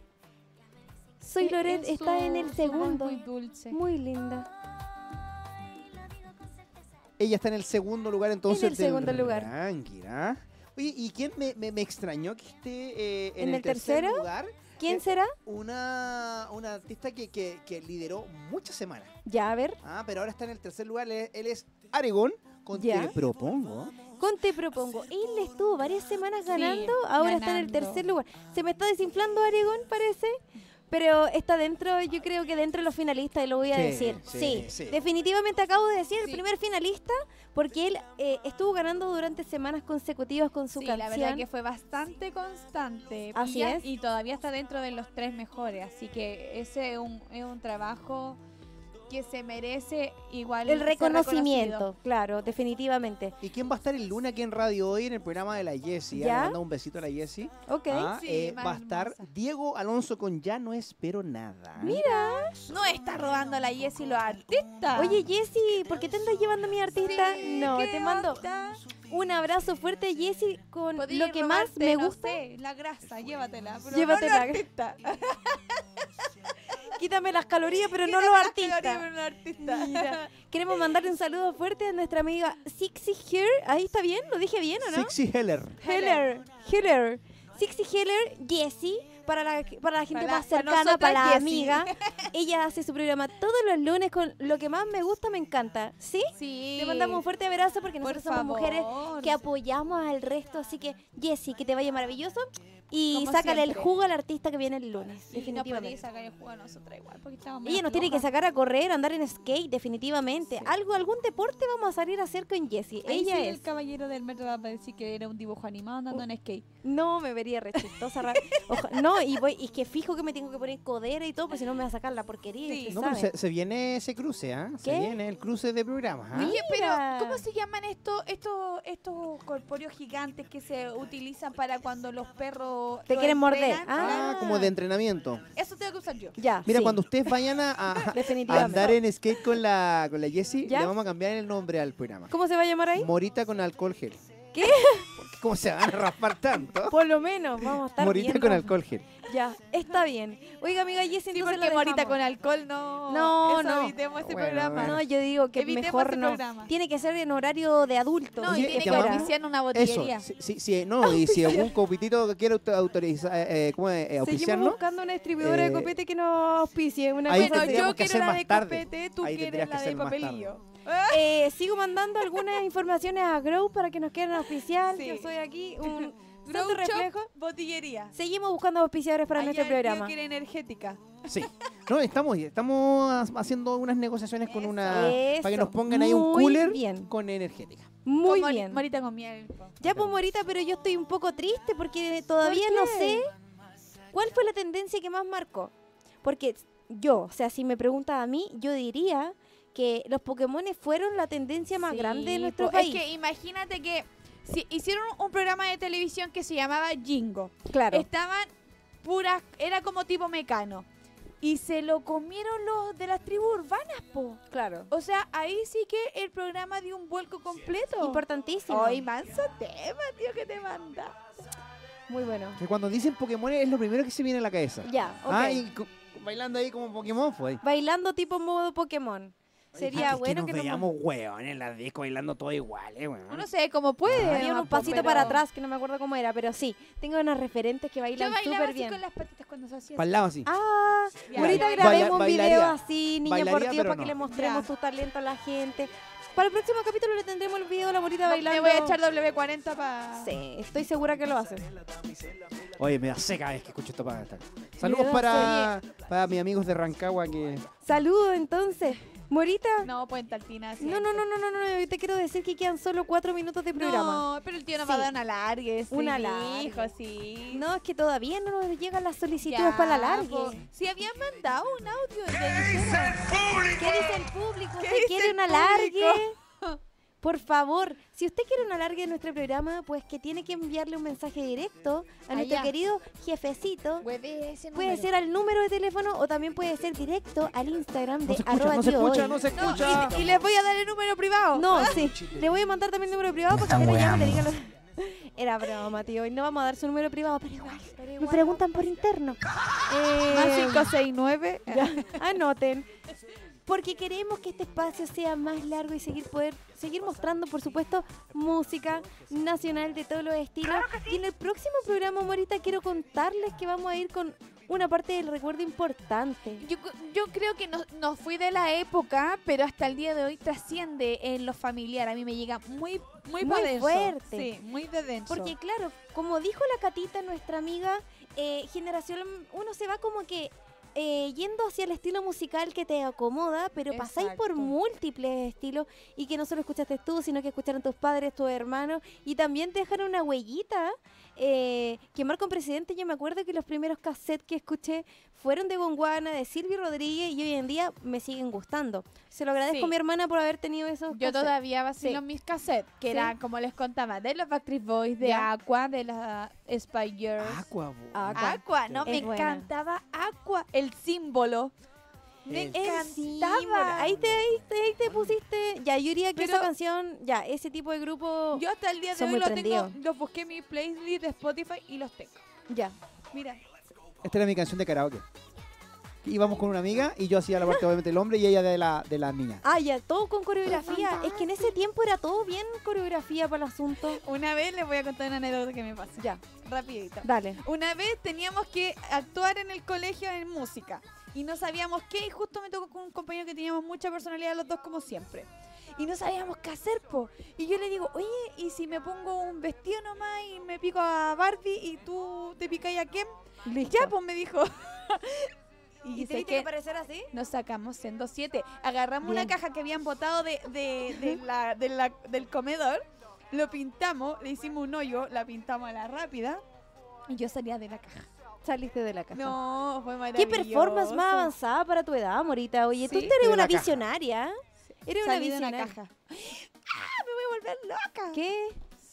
Speaker 1: Soy
Speaker 2: Sí,
Speaker 1: Loret,
Speaker 2: E-, es
Speaker 1: está en
Speaker 2: Eh, su-
Speaker 1: el
Speaker 2: su voz
Speaker 1: segundo.
Speaker 2: Muy dulce.
Speaker 1: Muy linda.
Speaker 4: Ella está en el segundo lugar entonces.
Speaker 1: En el
Speaker 4: del
Speaker 1: segundo lugar.
Speaker 4: ranking, ¿ah? Oye, ¿y quién me, me- me extrañó que esté eh, en,
Speaker 1: ¿En
Speaker 4: el,
Speaker 1: el
Speaker 4: tercer
Speaker 1: tercero?
Speaker 4: lugar? Eh,
Speaker 1: ¿Quién será?
Speaker 4: Una, una artista que, que- que lideró muchas semanas.
Speaker 1: Ya, a ver.
Speaker 4: Ah, pero ahora está en el tercer lugar. Él, él es Aregón. Con
Speaker 1: Ya.
Speaker 4: Te propongo.
Speaker 1: Con Te Propongo. Él estuvo varias semanas
Speaker 2: Sí,
Speaker 1: ganando, ahora está en el
Speaker 2: ganando.
Speaker 1: tercer lugar. Se me está desinflando Aregón, parece. Pero está dentro, yo creo que dentro de los finalistas, y lo voy a
Speaker 4: Sí,
Speaker 1: decir.
Speaker 4: sí,
Speaker 1: Sí,
Speaker 4: sí.
Speaker 1: definitivamente acabo de decir el
Speaker 2: Sí.
Speaker 1: primer finalista, porque él eh, estuvo ganando durante semanas consecutivas con su
Speaker 2: Sí, la
Speaker 1: canción.
Speaker 2: verdad que fue bastante constante.
Speaker 1: Así
Speaker 2: y, ya-
Speaker 1: es.
Speaker 2: Y todavía está dentro de los tres mejores. Así que ese es un, es un trabajo que se merece igual.
Speaker 1: el
Speaker 2: ser reconocido.
Speaker 1: reconocimiento, claro, definitivamente.
Speaker 4: ¿Y quién va a estar el lunes aquí en Radio Hoy en el programa de la Jessie? Ah, Le
Speaker 1: ¿Ya?
Speaker 4: mando un besito a la Jessie.
Speaker 1: Ok.
Speaker 4: Ah,
Speaker 2: Sí,
Speaker 4: eh,
Speaker 2: más
Speaker 4: va a estar
Speaker 2: hermosa.
Speaker 4: Diego Alonso con Ya no espero nada.
Speaker 1: Mira.
Speaker 2: No está robando a la Jessie los artistas.
Speaker 1: Oye, Jessy, ¿por qué te andas llevando a mi artista? no,
Speaker 2: ¿qué
Speaker 1: te mando
Speaker 2: onda?
Speaker 1: un abrazo fuerte, Jessy, con
Speaker 2: Podí
Speaker 1: lo que más
Speaker 2: robarte,
Speaker 1: me
Speaker 2: no
Speaker 1: gusta.
Speaker 2: sé, la grasa, llévatela. Ah, pero
Speaker 1: Llévatela.
Speaker 2: No, los artistas.
Speaker 1: Quítame las calorías, pero no
Speaker 2: Quítame
Speaker 1: los
Speaker 2: las calorías,
Speaker 1: artistas.
Speaker 2: pero no artistas.
Speaker 1: Mira, queremos mandarle un saludo fuerte a nuestra amiga Sixy Here. ¿Ahí está bien? ¿Lo dije bien o no?
Speaker 4: Sixy Heller.
Speaker 1: Heller. Heller. Sixy Heller, Jessie, para la, para la gente
Speaker 2: Para la-
Speaker 1: más
Speaker 2: para
Speaker 1: cercana, para,
Speaker 2: nosotras,
Speaker 1: la
Speaker 2: Jessie.
Speaker 1: amiga. Ella hace su programa todos los lunes con lo que más me gusta, me encanta. ¿Sí?
Speaker 2: Sí.
Speaker 1: Le mandamos un fuerte abrazo porque
Speaker 2: Por
Speaker 1: nosotros somos mujeres
Speaker 2: favor.
Speaker 1: que apoyamos al resto. Así que, Jessie, que te vaya maravilloso. Y
Speaker 2: Como
Speaker 1: sácale
Speaker 2: siempre.
Speaker 1: el jugo al artista que viene el lunes.
Speaker 2: Y no podía
Speaker 1: definitivamente.
Speaker 2: sacar el juego a nosotras igual porque estábamos
Speaker 1: Ella
Speaker 2: medio
Speaker 1: nos tiene que
Speaker 2: flojas.
Speaker 1: sacar a correr, andar en skate, definitivamente. Algo, algún deporte vamos a salir a hacer con Jessie.
Speaker 2: Ahí
Speaker 1: Ella
Speaker 2: sí
Speaker 1: es.
Speaker 2: el caballero del metro va a decir que era un dibujo animado andando en skate.
Speaker 1: No, me vería re chistosa, ra- Oja- No, y voy, y es que fijo que me tengo que poner codera y todo, porque si no me va a sacar la porquería. y
Speaker 2: Sí.
Speaker 1: usted
Speaker 4: No, pero
Speaker 1: sabe.
Speaker 4: se, se viene ese cruce, ¿ah? Se
Speaker 1: ¿Qué?
Speaker 4: viene el cruce de programas, ¿ah?
Speaker 2: Oye, pero
Speaker 1: Mira.
Speaker 2: ¿cómo se llaman estos estos estos corpóreos gigantes que se utilizan para cuando los perros
Speaker 1: Te
Speaker 2: los
Speaker 1: quieren morder.
Speaker 2: entrenan?
Speaker 1: Ah,
Speaker 4: Ah, como de entrenamiento.
Speaker 2: Eso tengo que usar yo.
Speaker 1: Ya.
Speaker 4: Mira,
Speaker 1: sí,
Speaker 4: cuando ustedes vayan a, a- a
Speaker 1: Definitivamente.
Speaker 4: andar en skate con la, con la Jessie,
Speaker 1: ¿Ya?
Speaker 4: le vamos a cambiar el nombre al programa.
Speaker 1: ¿Cómo se va a llamar ahí?
Speaker 4: Morita con alcohol gel.
Speaker 1: ¿Qué?
Speaker 4: ¿Por qué? ¿Cómo se van a raspar tanto?
Speaker 1: Por lo menos, vamos a estar
Speaker 4: Morita
Speaker 1: bien,
Speaker 4: con
Speaker 1: ¿no?
Speaker 4: alcohol gel.
Speaker 1: Ya, está bien. Oiga, amiga Jessie,
Speaker 2: Sí,
Speaker 1: entonces
Speaker 2: porque
Speaker 1: la
Speaker 2: morita
Speaker 1: dejamos.
Speaker 2: con alcohol no.
Speaker 1: No,
Speaker 2: eso
Speaker 1: no.
Speaker 2: Evitemos ese
Speaker 4: Bueno,
Speaker 2: programa.
Speaker 4: bueno.
Speaker 1: No, yo digo que
Speaker 2: Evitemos
Speaker 1: mejor
Speaker 2: ese
Speaker 1: no.
Speaker 2: programa.
Speaker 1: Tiene que ser en horario de adultos.
Speaker 2: No,
Speaker 4: Oye,
Speaker 2: y tiene
Speaker 4: es
Speaker 2: que
Speaker 4: que además-
Speaker 2: oficiar una
Speaker 4: Eso,
Speaker 2: botillería.
Speaker 4: si, si- si- no, y si algún copitito que quiera auto- autorizar, eh, eh, ¿cómo es? Eh,
Speaker 1: Seguimos
Speaker 4: auspiciarnos,
Speaker 1: buscando una distribuidora
Speaker 4: Eh,
Speaker 1: de copete que nos auspicie. Una
Speaker 4: ahí
Speaker 1: cosa
Speaker 2: bueno,
Speaker 1: así.
Speaker 4: tendríamos
Speaker 2: yo
Speaker 4: que
Speaker 2: quiero
Speaker 4: hacer
Speaker 2: la
Speaker 4: más
Speaker 2: de
Speaker 4: tarde.
Speaker 2: copete, tú
Speaker 4: Ahí
Speaker 2: quieres
Speaker 4: tendrías que
Speaker 2: la de
Speaker 4: hacer más tarde.
Speaker 2: papelillo.
Speaker 1: Eh, sigo mandando algunas informaciones a Grow para que nos queden oficial.
Speaker 2: Sí.
Speaker 1: Yo soy aquí un
Speaker 2: Grow
Speaker 1: santo
Speaker 2: Shop,
Speaker 1: reflejo.
Speaker 2: botillería.
Speaker 1: Seguimos buscando auspiciadores para nuestro
Speaker 2: Ayer yo
Speaker 1: programa.
Speaker 2: quería energética.
Speaker 4: sí. No, estamos, estamos ha- haciendo unas negociaciones con
Speaker 2: Eso.
Speaker 4: una... Para que nos
Speaker 1: Eso,
Speaker 4: pongan ahí un
Speaker 1: muy
Speaker 4: cooler
Speaker 1: bien.
Speaker 4: con energética.
Speaker 1: Muy
Speaker 2: Con mori-
Speaker 1: bien.
Speaker 2: Morita con miel. po.
Speaker 1: Ya, pues, Morita, pero yo estoy un poco triste porque todavía
Speaker 2: ¿Por
Speaker 1: no
Speaker 2: qué?
Speaker 1: sé cuál fue la tendencia que más marcó. Porque yo, o sea, si me preguntas a mí, yo diría que los Pokémon fueron la tendencia más
Speaker 2: Sí,
Speaker 1: grande de nuestro
Speaker 2: po.
Speaker 1: país.
Speaker 2: Es que imagínate que si hicieron un programa de televisión que se llamaba Jingo.
Speaker 1: claro.
Speaker 2: Estaban puras, era como tipo mecano. Y se lo comieron los de las tribus urbanas, po.
Speaker 1: claro.
Speaker 2: O sea, ahí sí que el programa dio un vuelco completo.
Speaker 1: Importantísimo.
Speaker 2: Hoy manso tema, tío, que te manda.
Speaker 1: Muy bueno.
Speaker 4: Que cuando dicen Pokémon es lo primero que se viene a la cabeza.
Speaker 1: Ya, ok.
Speaker 4: Ah, y co- bailando ahí como Pokémon, pues. ahí.
Speaker 1: Bailando tipo modo Pokémon. Sería
Speaker 4: Ah, es que
Speaker 1: bueno
Speaker 4: nos
Speaker 1: que, nos
Speaker 4: veíamos weón en las discos bailando todo igual, eh, weón.
Speaker 2: Uno se ve como puede.
Speaker 1: Había
Speaker 2: nomás,
Speaker 1: unos
Speaker 2: po,
Speaker 1: pasitos
Speaker 2: pero-
Speaker 1: para atrás que no me acuerdo cómo era, pero sí. Tengo unas referentes que
Speaker 2: Yo
Speaker 1: bailan
Speaker 2: bailaba
Speaker 1: súper
Speaker 2: así
Speaker 1: bien.
Speaker 2: con las patitas cuando se hacía.
Speaker 4: Para el lado así.
Speaker 1: Ah,
Speaker 2: así. Ya,
Speaker 1: ahorita
Speaker 2: ya, ya.
Speaker 4: grabé.
Speaker 1: grabemos un
Speaker 4: Baila-
Speaker 1: video
Speaker 4: bailaría.
Speaker 1: así, niña
Speaker 4: Bailaría,
Speaker 1: por Dios,
Speaker 4: pero
Speaker 1: para que
Speaker 4: no.
Speaker 1: le mostremos
Speaker 2: Ya.
Speaker 1: tu talento a la gente. Para el próximo capítulo le tendremos el video de la morita bailando.
Speaker 2: Me voy a echar W40 para.
Speaker 1: Sí, estoy segura que lo hace.
Speaker 4: Oye, me da seca es que escucho esta pagata.
Speaker 1: da
Speaker 4: Saludos para, para mis amigos de Rancagua que.
Speaker 1: Saludo entonces. Morita,
Speaker 2: No, pues, Puente Alpina. sí.
Speaker 1: no, no, no, no, no, no, yo te quiero decir que quedan solo cuatro minutos de programa.
Speaker 2: No, pero el tío no va a
Speaker 1: Sí.
Speaker 2: dar un alargue.
Speaker 1: Un
Speaker 2: Un
Speaker 1: alargue.
Speaker 2: alargue. Hijo, sí.
Speaker 1: No, es que todavía no nos llegan las solicitudes
Speaker 2: Ya, pues.
Speaker 1: para la
Speaker 2: po.
Speaker 1: larga.
Speaker 2: Si habían mandado un audio. ¿Qué dice
Speaker 1: ¿Qué dice el público?
Speaker 2: ¿Qué
Speaker 1: ¿Usted
Speaker 2: dice
Speaker 1: quiere
Speaker 2: el
Speaker 1: un alargue? Por favor, si usted quiere un alargue de nuestro programa, pues que tiene que enviarle un mensaje directo a nuestro
Speaker 2: Allá.
Speaker 1: querido jefecito.
Speaker 2: Hueve ese
Speaker 1: Puede
Speaker 2: número.
Speaker 1: ser al número de teléfono o también puede ser directo al Instagram de
Speaker 4: No se escucha,
Speaker 1: arroba
Speaker 4: no se
Speaker 1: tío
Speaker 4: escucha,
Speaker 1: hoy.
Speaker 4: no se
Speaker 2: No,
Speaker 4: escucha.
Speaker 2: y, y les voy a dar el número privado.
Speaker 1: No, sí. Le voy a mandar también el número privado porque usted le llame y le diga lo- Era broma, tío. Y no vamos a dar su número privado, pero igual. Me preguntan por interno. Eh,
Speaker 2: Más 569.
Speaker 1: Anoten. Porque queremos que este espacio sea más largo y seguir poder seguir mostrando, por supuesto, música nacional de todos los estilos. Y en el próximo programa, Morita, quiero contarles que vamos a ir con una parte del recuerdo importante.
Speaker 2: Yo, yo creo que no, no fui de la época, pero hasta el día de hoy trasciende en lo familiar. A mí me llega muy,
Speaker 1: Muy
Speaker 2: muy, pa' denso.
Speaker 1: fuerte.
Speaker 2: Sí, muy de denso.
Speaker 1: Porque claro, como dijo la Catita, nuestra amiga, eh, generación uno se va como que eh, yendo hacia el estilo musical que te acomoda, pero pasáis por
Speaker 2: Exacto.
Speaker 1: múltiples estilos y que no solo escuchaste tú, sino que escucharon tus padres, tus hermanos y también te dejaron una huellita. Eh, que Marco Presidente, yo me acuerdo que los primeros cassettes que escuché fueron de Gonguana, de Silvio Rodríguez y hoy en día me siguen gustando. Se lo agradezco
Speaker 2: Sí.
Speaker 1: a mi hermana por haber tenido esos
Speaker 2: Yo
Speaker 1: cassettes.
Speaker 2: todavía vacilo
Speaker 1: Sí.
Speaker 2: mis cassettes, que
Speaker 1: Sí.
Speaker 2: eran, como les contaba, de los Backstreet Boys, de
Speaker 1: Ya.
Speaker 2: Aqua, de las Spice Girls.
Speaker 4: Aqua, bo- Ah, eh,
Speaker 1: Aqua.
Speaker 2: Aqua, no,
Speaker 1: Es
Speaker 2: me
Speaker 1: buena.
Speaker 2: encantaba Aqua, el símbolo. Me
Speaker 4: El
Speaker 1: símbolo.
Speaker 2: encantaba.
Speaker 1: Ahí te, ahí te, ahí te pusiste. Ya, yo diría que
Speaker 2: Pero-
Speaker 1: esa canción, ya, ese tipo de grupo.
Speaker 2: Yo hasta el día de
Speaker 1: Son
Speaker 2: hoy
Speaker 1: muy
Speaker 2: los tengo,
Speaker 1: prendidos.
Speaker 2: los busqué en mi playlist de Spotify y los tengo.
Speaker 1: ya.
Speaker 2: Mira,
Speaker 4: Esta era mi canción de karaoke. Íbamos con una amiga y yo hacía la parte obviamente del hombre y ella de la, de la niña.
Speaker 1: Ah, ya, todo con coreografía. Es que en ese tiempo era todo bien coreografía para el asunto.
Speaker 2: una vez les voy a contar una anécdota que me pasó.
Speaker 1: Ya,
Speaker 2: Rapidito.
Speaker 1: dale.
Speaker 2: Una vez teníamos que actuar en el colegio en música y no sabíamos qué y justo me tocó con un compañero que teníamos mucha personalidad los dos como siempre. Y no sabíamos qué hacer, po. Y yo le digo, oye, ¿y si me pongo un vestido nomás y me pico a Barbie y tú te picáis a quién? Ya, pues me dijo. y dice que
Speaker 1: parecer así?
Speaker 2: nos sacamos siendo siete. Agarramos
Speaker 1: Bien.
Speaker 2: una caja que habían botado de, de- de la- de la- del comedor, lo pintamos, le hicimos un hoyo, la pintamos a la rápida y yo salía de la caja.
Speaker 1: Saliste de la caja.
Speaker 2: No, fue
Speaker 1: Qué
Speaker 2: maravilloso.
Speaker 1: performance más avanzada para tu edad, Morita. Oye, tú
Speaker 2: Sí,
Speaker 1: eres
Speaker 4: de
Speaker 1: una
Speaker 4: la caja.
Speaker 1: visionaria. Eres una
Speaker 2: Salí de
Speaker 1: visionaria.
Speaker 2: una caja. ¡Ah! Me voy a volver loca.
Speaker 1: ¿Qué?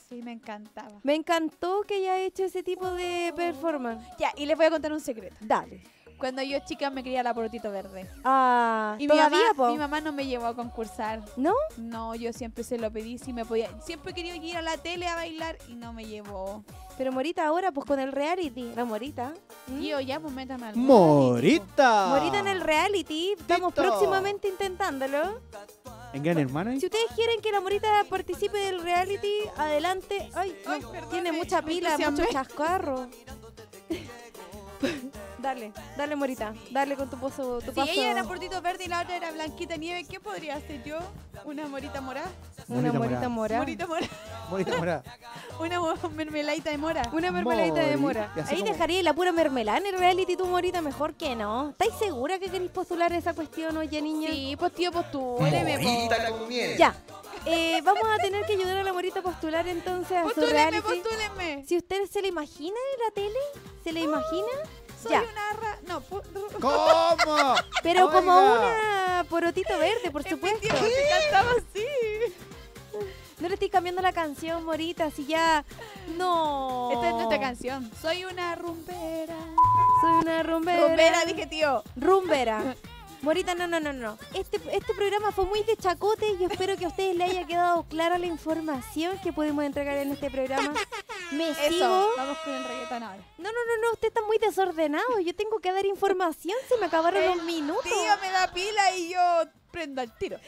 Speaker 2: Sí, me encantaba.
Speaker 1: Me encantó que haya hecho ese tipo de performance.
Speaker 2: Ya, y les voy a contar un secreto.
Speaker 1: Dale.
Speaker 2: Cuando yo chica me quería la porotito verde.
Speaker 1: Ah,
Speaker 2: Y mi
Speaker 1: todavía,
Speaker 2: mamá,
Speaker 1: po?
Speaker 2: mi mamá no me llevó a concursar.
Speaker 1: ¿No?
Speaker 2: No, yo siempre se lo pedí si me podía. Siempre quería ir a la tele a bailar y no me llevó.
Speaker 1: Pero Morita ahora, pues con el reality, la Morita. ¿Mm?
Speaker 2: Tío, ya, pues métame al
Speaker 4: ¡Morita!
Speaker 1: Morita
Speaker 2: Ah.
Speaker 1: en el reality, estamos
Speaker 4: Tito.
Speaker 1: próximamente intentándolo.
Speaker 4: ¿En Gran Hermano? ahí?
Speaker 1: Si ustedes quieren que la Morita participe del reality, adelante. Ay,
Speaker 2: Ay,
Speaker 1: no,
Speaker 2: perdone,
Speaker 1: tiene mucha
Speaker 2: me
Speaker 1: pila, mucho
Speaker 2: entusiasmé.
Speaker 1: chascarro. dale, dale Morita, dale con tu pozo, tu
Speaker 2: Si
Speaker 1: paso.
Speaker 2: ella era portito verde y la otra era blanquita nieve, ¿qué podría hacer yo? ¿Una morita morada?
Speaker 1: Una
Speaker 4: Morita
Speaker 1: Morita
Speaker 4: morada.
Speaker 1: mora.
Speaker 2: Morita mora.
Speaker 4: Morita morada.
Speaker 2: Una mo- mermeladita de mora.
Speaker 1: Una mermeladita de
Speaker 4: Morita,
Speaker 1: mora.
Speaker 4: y así
Speaker 1: Ahí
Speaker 4: como-
Speaker 1: dejaría la pura mermelada en el reality, tu Morita, mejor que no. ¿Estáis segura que queréis postular esa cuestión, oye niña?
Speaker 2: Sí, pues tío, postúleme, po.
Speaker 1: Ya. Eh, vamos a tener que ayudar a la Morita a postular entonces a su
Speaker 2: Postúlenme,
Speaker 1: reality.
Speaker 2: postúlenme.
Speaker 1: Si usted se le imagina en la tele, se le imagina,
Speaker 2: Ah, Soy
Speaker 1: ya.
Speaker 2: una ra... No, po...
Speaker 4: ¿Cómo?
Speaker 1: Pero como
Speaker 4: Oiga.
Speaker 1: una porotito verde, por supuesto.
Speaker 2: que cantaba así.
Speaker 1: No le estoy cambiando la canción, Morita, si ya. No.
Speaker 2: Esta es nuestra canción. Soy una rumbera.
Speaker 1: Soy una rumbera.
Speaker 2: Rumbera, dije tío.
Speaker 1: Rumbera. Morita, no, no, no, no. Este, este programa fue muy de chacote y yo espero que a ustedes les haya quedado clara la información que pudimos entregar en este programa. Me sigo.
Speaker 2: Eso, vamos con el reggaetón ahora.
Speaker 1: No, no, no, no, usted está muy desordenado. Yo tengo que dar información, se me acabaron los minutos.
Speaker 2: Tío, me da pila y yo prendo al tiro.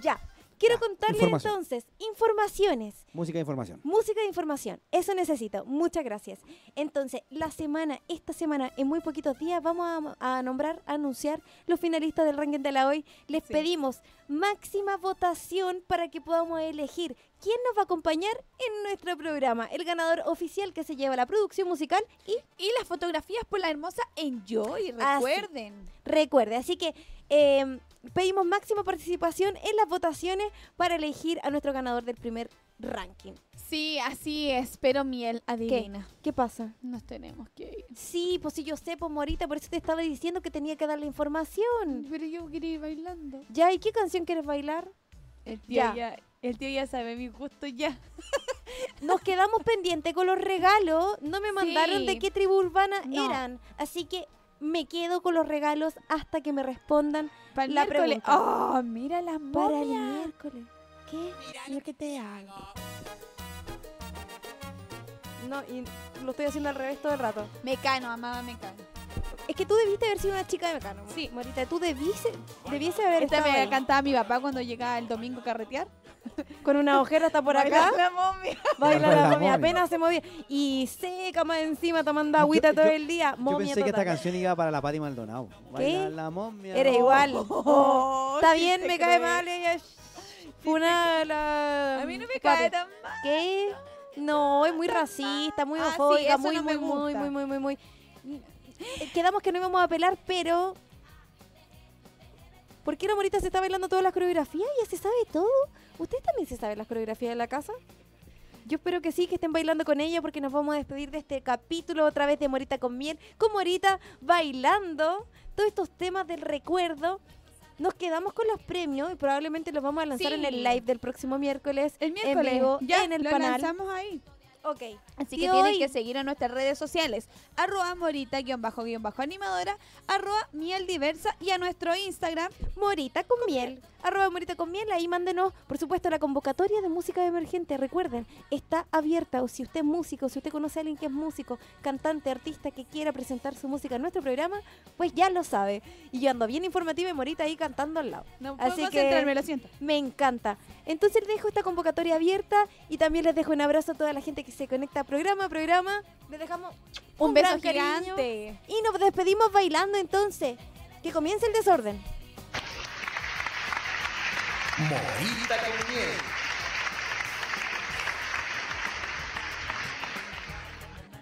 Speaker 1: Ya. Quiero
Speaker 4: Ya,
Speaker 1: contarle
Speaker 4: información.
Speaker 1: entonces, informaciones.
Speaker 4: Música de información.
Speaker 1: Música de información, eso necesito, muchas gracias. Entonces, la semana, esta semana, en muy poquitos días, vamos a, a nombrar, a anunciar los finalistas del ranking de la hoy. Les
Speaker 2: Sí.
Speaker 1: pedimos máxima votación para que podamos elegir quién nos va a acompañar en nuestro programa. El ganador oficial que se lleva la producción musical y
Speaker 2: Y las fotografías por la hermosa Enjoy,
Speaker 1: Ah, sí.
Speaker 2: recuerden.
Speaker 1: recuerde. Así que eh, pedimos máxima participación en las votaciones para elegir a nuestro ganador del primer ranking.
Speaker 2: Sí, así es, pero miel adivina.
Speaker 1: ¿Qué pasa?
Speaker 2: Nos tenemos que ir.
Speaker 1: Sí, pues sí, yo sé, pues Morita, por eso te estaba diciendo que tenía que dar la información.
Speaker 2: Pero yo quería ir bailando.
Speaker 1: Ya, ¿y qué canción quieres bailar?
Speaker 2: El
Speaker 1: tío Ya.
Speaker 2: el tío ya sabe mi gusto ya.
Speaker 1: Nos quedamos pendientes con los regalos. No me mandaron de
Speaker 2: Sí.
Speaker 1: qué tribu urbana
Speaker 2: No.
Speaker 1: eran. Así que me quedo con los regalos hasta que me respondan
Speaker 2: Para el
Speaker 1: La
Speaker 2: miércoles.
Speaker 1: pregunta.
Speaker 2: Oh, mira las
Speaker 1: para
Speaker 2: momias.
Speaker 1: el miércoles. ¿Qué?
Speaker 2: lo que te hago.
Speaker 1: No, y lo estoy haciendo al revés todo el rato.
Speaker 2: Mecano, amaba Mecano.
Speaker 1: Es que tú debiste haber sido una chica de Mecano.
Speaker 2: Sí.
Speaker 1: Morita, tú debiste, debiese haber
Speaker 2: Esta
Speaker 1: estado
Speaker 2: me
Speaker 1: ahí.
Speaker 2: la cantaba mi papá cuando llegaba el domingo a carretear.
Speaker 1: con una ojera hasta por acá.
Speaker 2: La momia.
Speaker 1: Baila la
Speaker 4: Baila la
Speaker 1: momia,
Speaker 4: momia.
Speaker 1: apenas se movía. Y seca más encima tomando agüita
Speaker 4: Yo-
Speaker 1: todo
Speaker 4: yo-
Speaker 1: el día.
Speaker 4: Yo
Speaker 1: Momia
Speaker 4: pensé que esta
Speaker 1: total.
Speaker 4: canción iba para la Pati Maldonado. Baila la momia.
Speaker 1: Eres igual.
Speaker 4: Oh,
Speaker 1: Oh, Está bien, me cae
Speaker 2: mal
Speaker 1: mal ella. Una la.
Speaker 2: A mí no me
Speaker 1: Pati.
Speaker 2: cae tan mal.
Speaker 1: ¿Qué? No, es muy racista, muy
Speaker 2: Ah, sí,
Speaker 1: homofóbica,
Speaker 2: eso
Speaker 1: muy,
Speaker 2: no
Speaker 1: muy,
Speaker 2: me
Speaker 1: muy,
Speaker 2: gusta.
Speaker 1: muy, muy, muy, muy. Eh, Quedamos que no íbamos a apelar, pero. ¿Por qué la morita se está bailando todas las coreografías? Ya se sabe todo. ¿Ustedes también se saben las coreografías de la casa? Yo espero que sí, que estén bailando con ella, porque nos vamos a despedir de este capítulo otra vez de Morita con Miel, con Morita bailando todos estos temas del recuerdo. Nos quedamos con los premios y probablemente los vamos a lanzar en el
Speaker 2: Sí.
Speaker 1: live del próximo miércoles.
Speaker 2: El miércoles.
Speaker 1: En vivo,
Speaker 2: ya
Speaker 1: en el
Speaker 2: lo
Speaker 1: canal.
Speaker 2: lanzamos ahí.
Speaker 1: Ok.
Speaker 2: Así
Speaker 1: Y
Speaker 2: que tienen
Speaker 1: hoy-
Speaker 2: que seguir a nuestras redes sociales, arroba morita guión bajo guión bajo animadora, arroba miel diversa y a nuestro Instagram.
Speaker 1: Morita con, miel. Arroba Morita con miel. Ahí mándenos, por supuesto, la convocatoria de música emergente. Recuerden, está abierta. O si usted es músico, si usted conoce a alguien que es músico, cantante, artista que quiera presentar su música en nuestro programa, pues ya lo sabe. Y yo ando bien informativa y Morita ahí cantando al lado.
Speaker 2: No puedo
Speaker 1: Así que-
Speaker 2: concentrarme, lo siento.
Speaker 1: Me encanta. Entonces les dejo esta convocatoria abierta y también les dejo un abrazo a toda la gente que se conecta programa a programa. Les dejamos
Speaker 2: Un,
Speaker 1: un
Speaker 2: beso
Speaker 1: gran cariño.
Speaker 2: gigante.
Speaker 1: Y nos despedimos bailando entonces. Que comience el desorden.
Speaker 7: Morita con miel.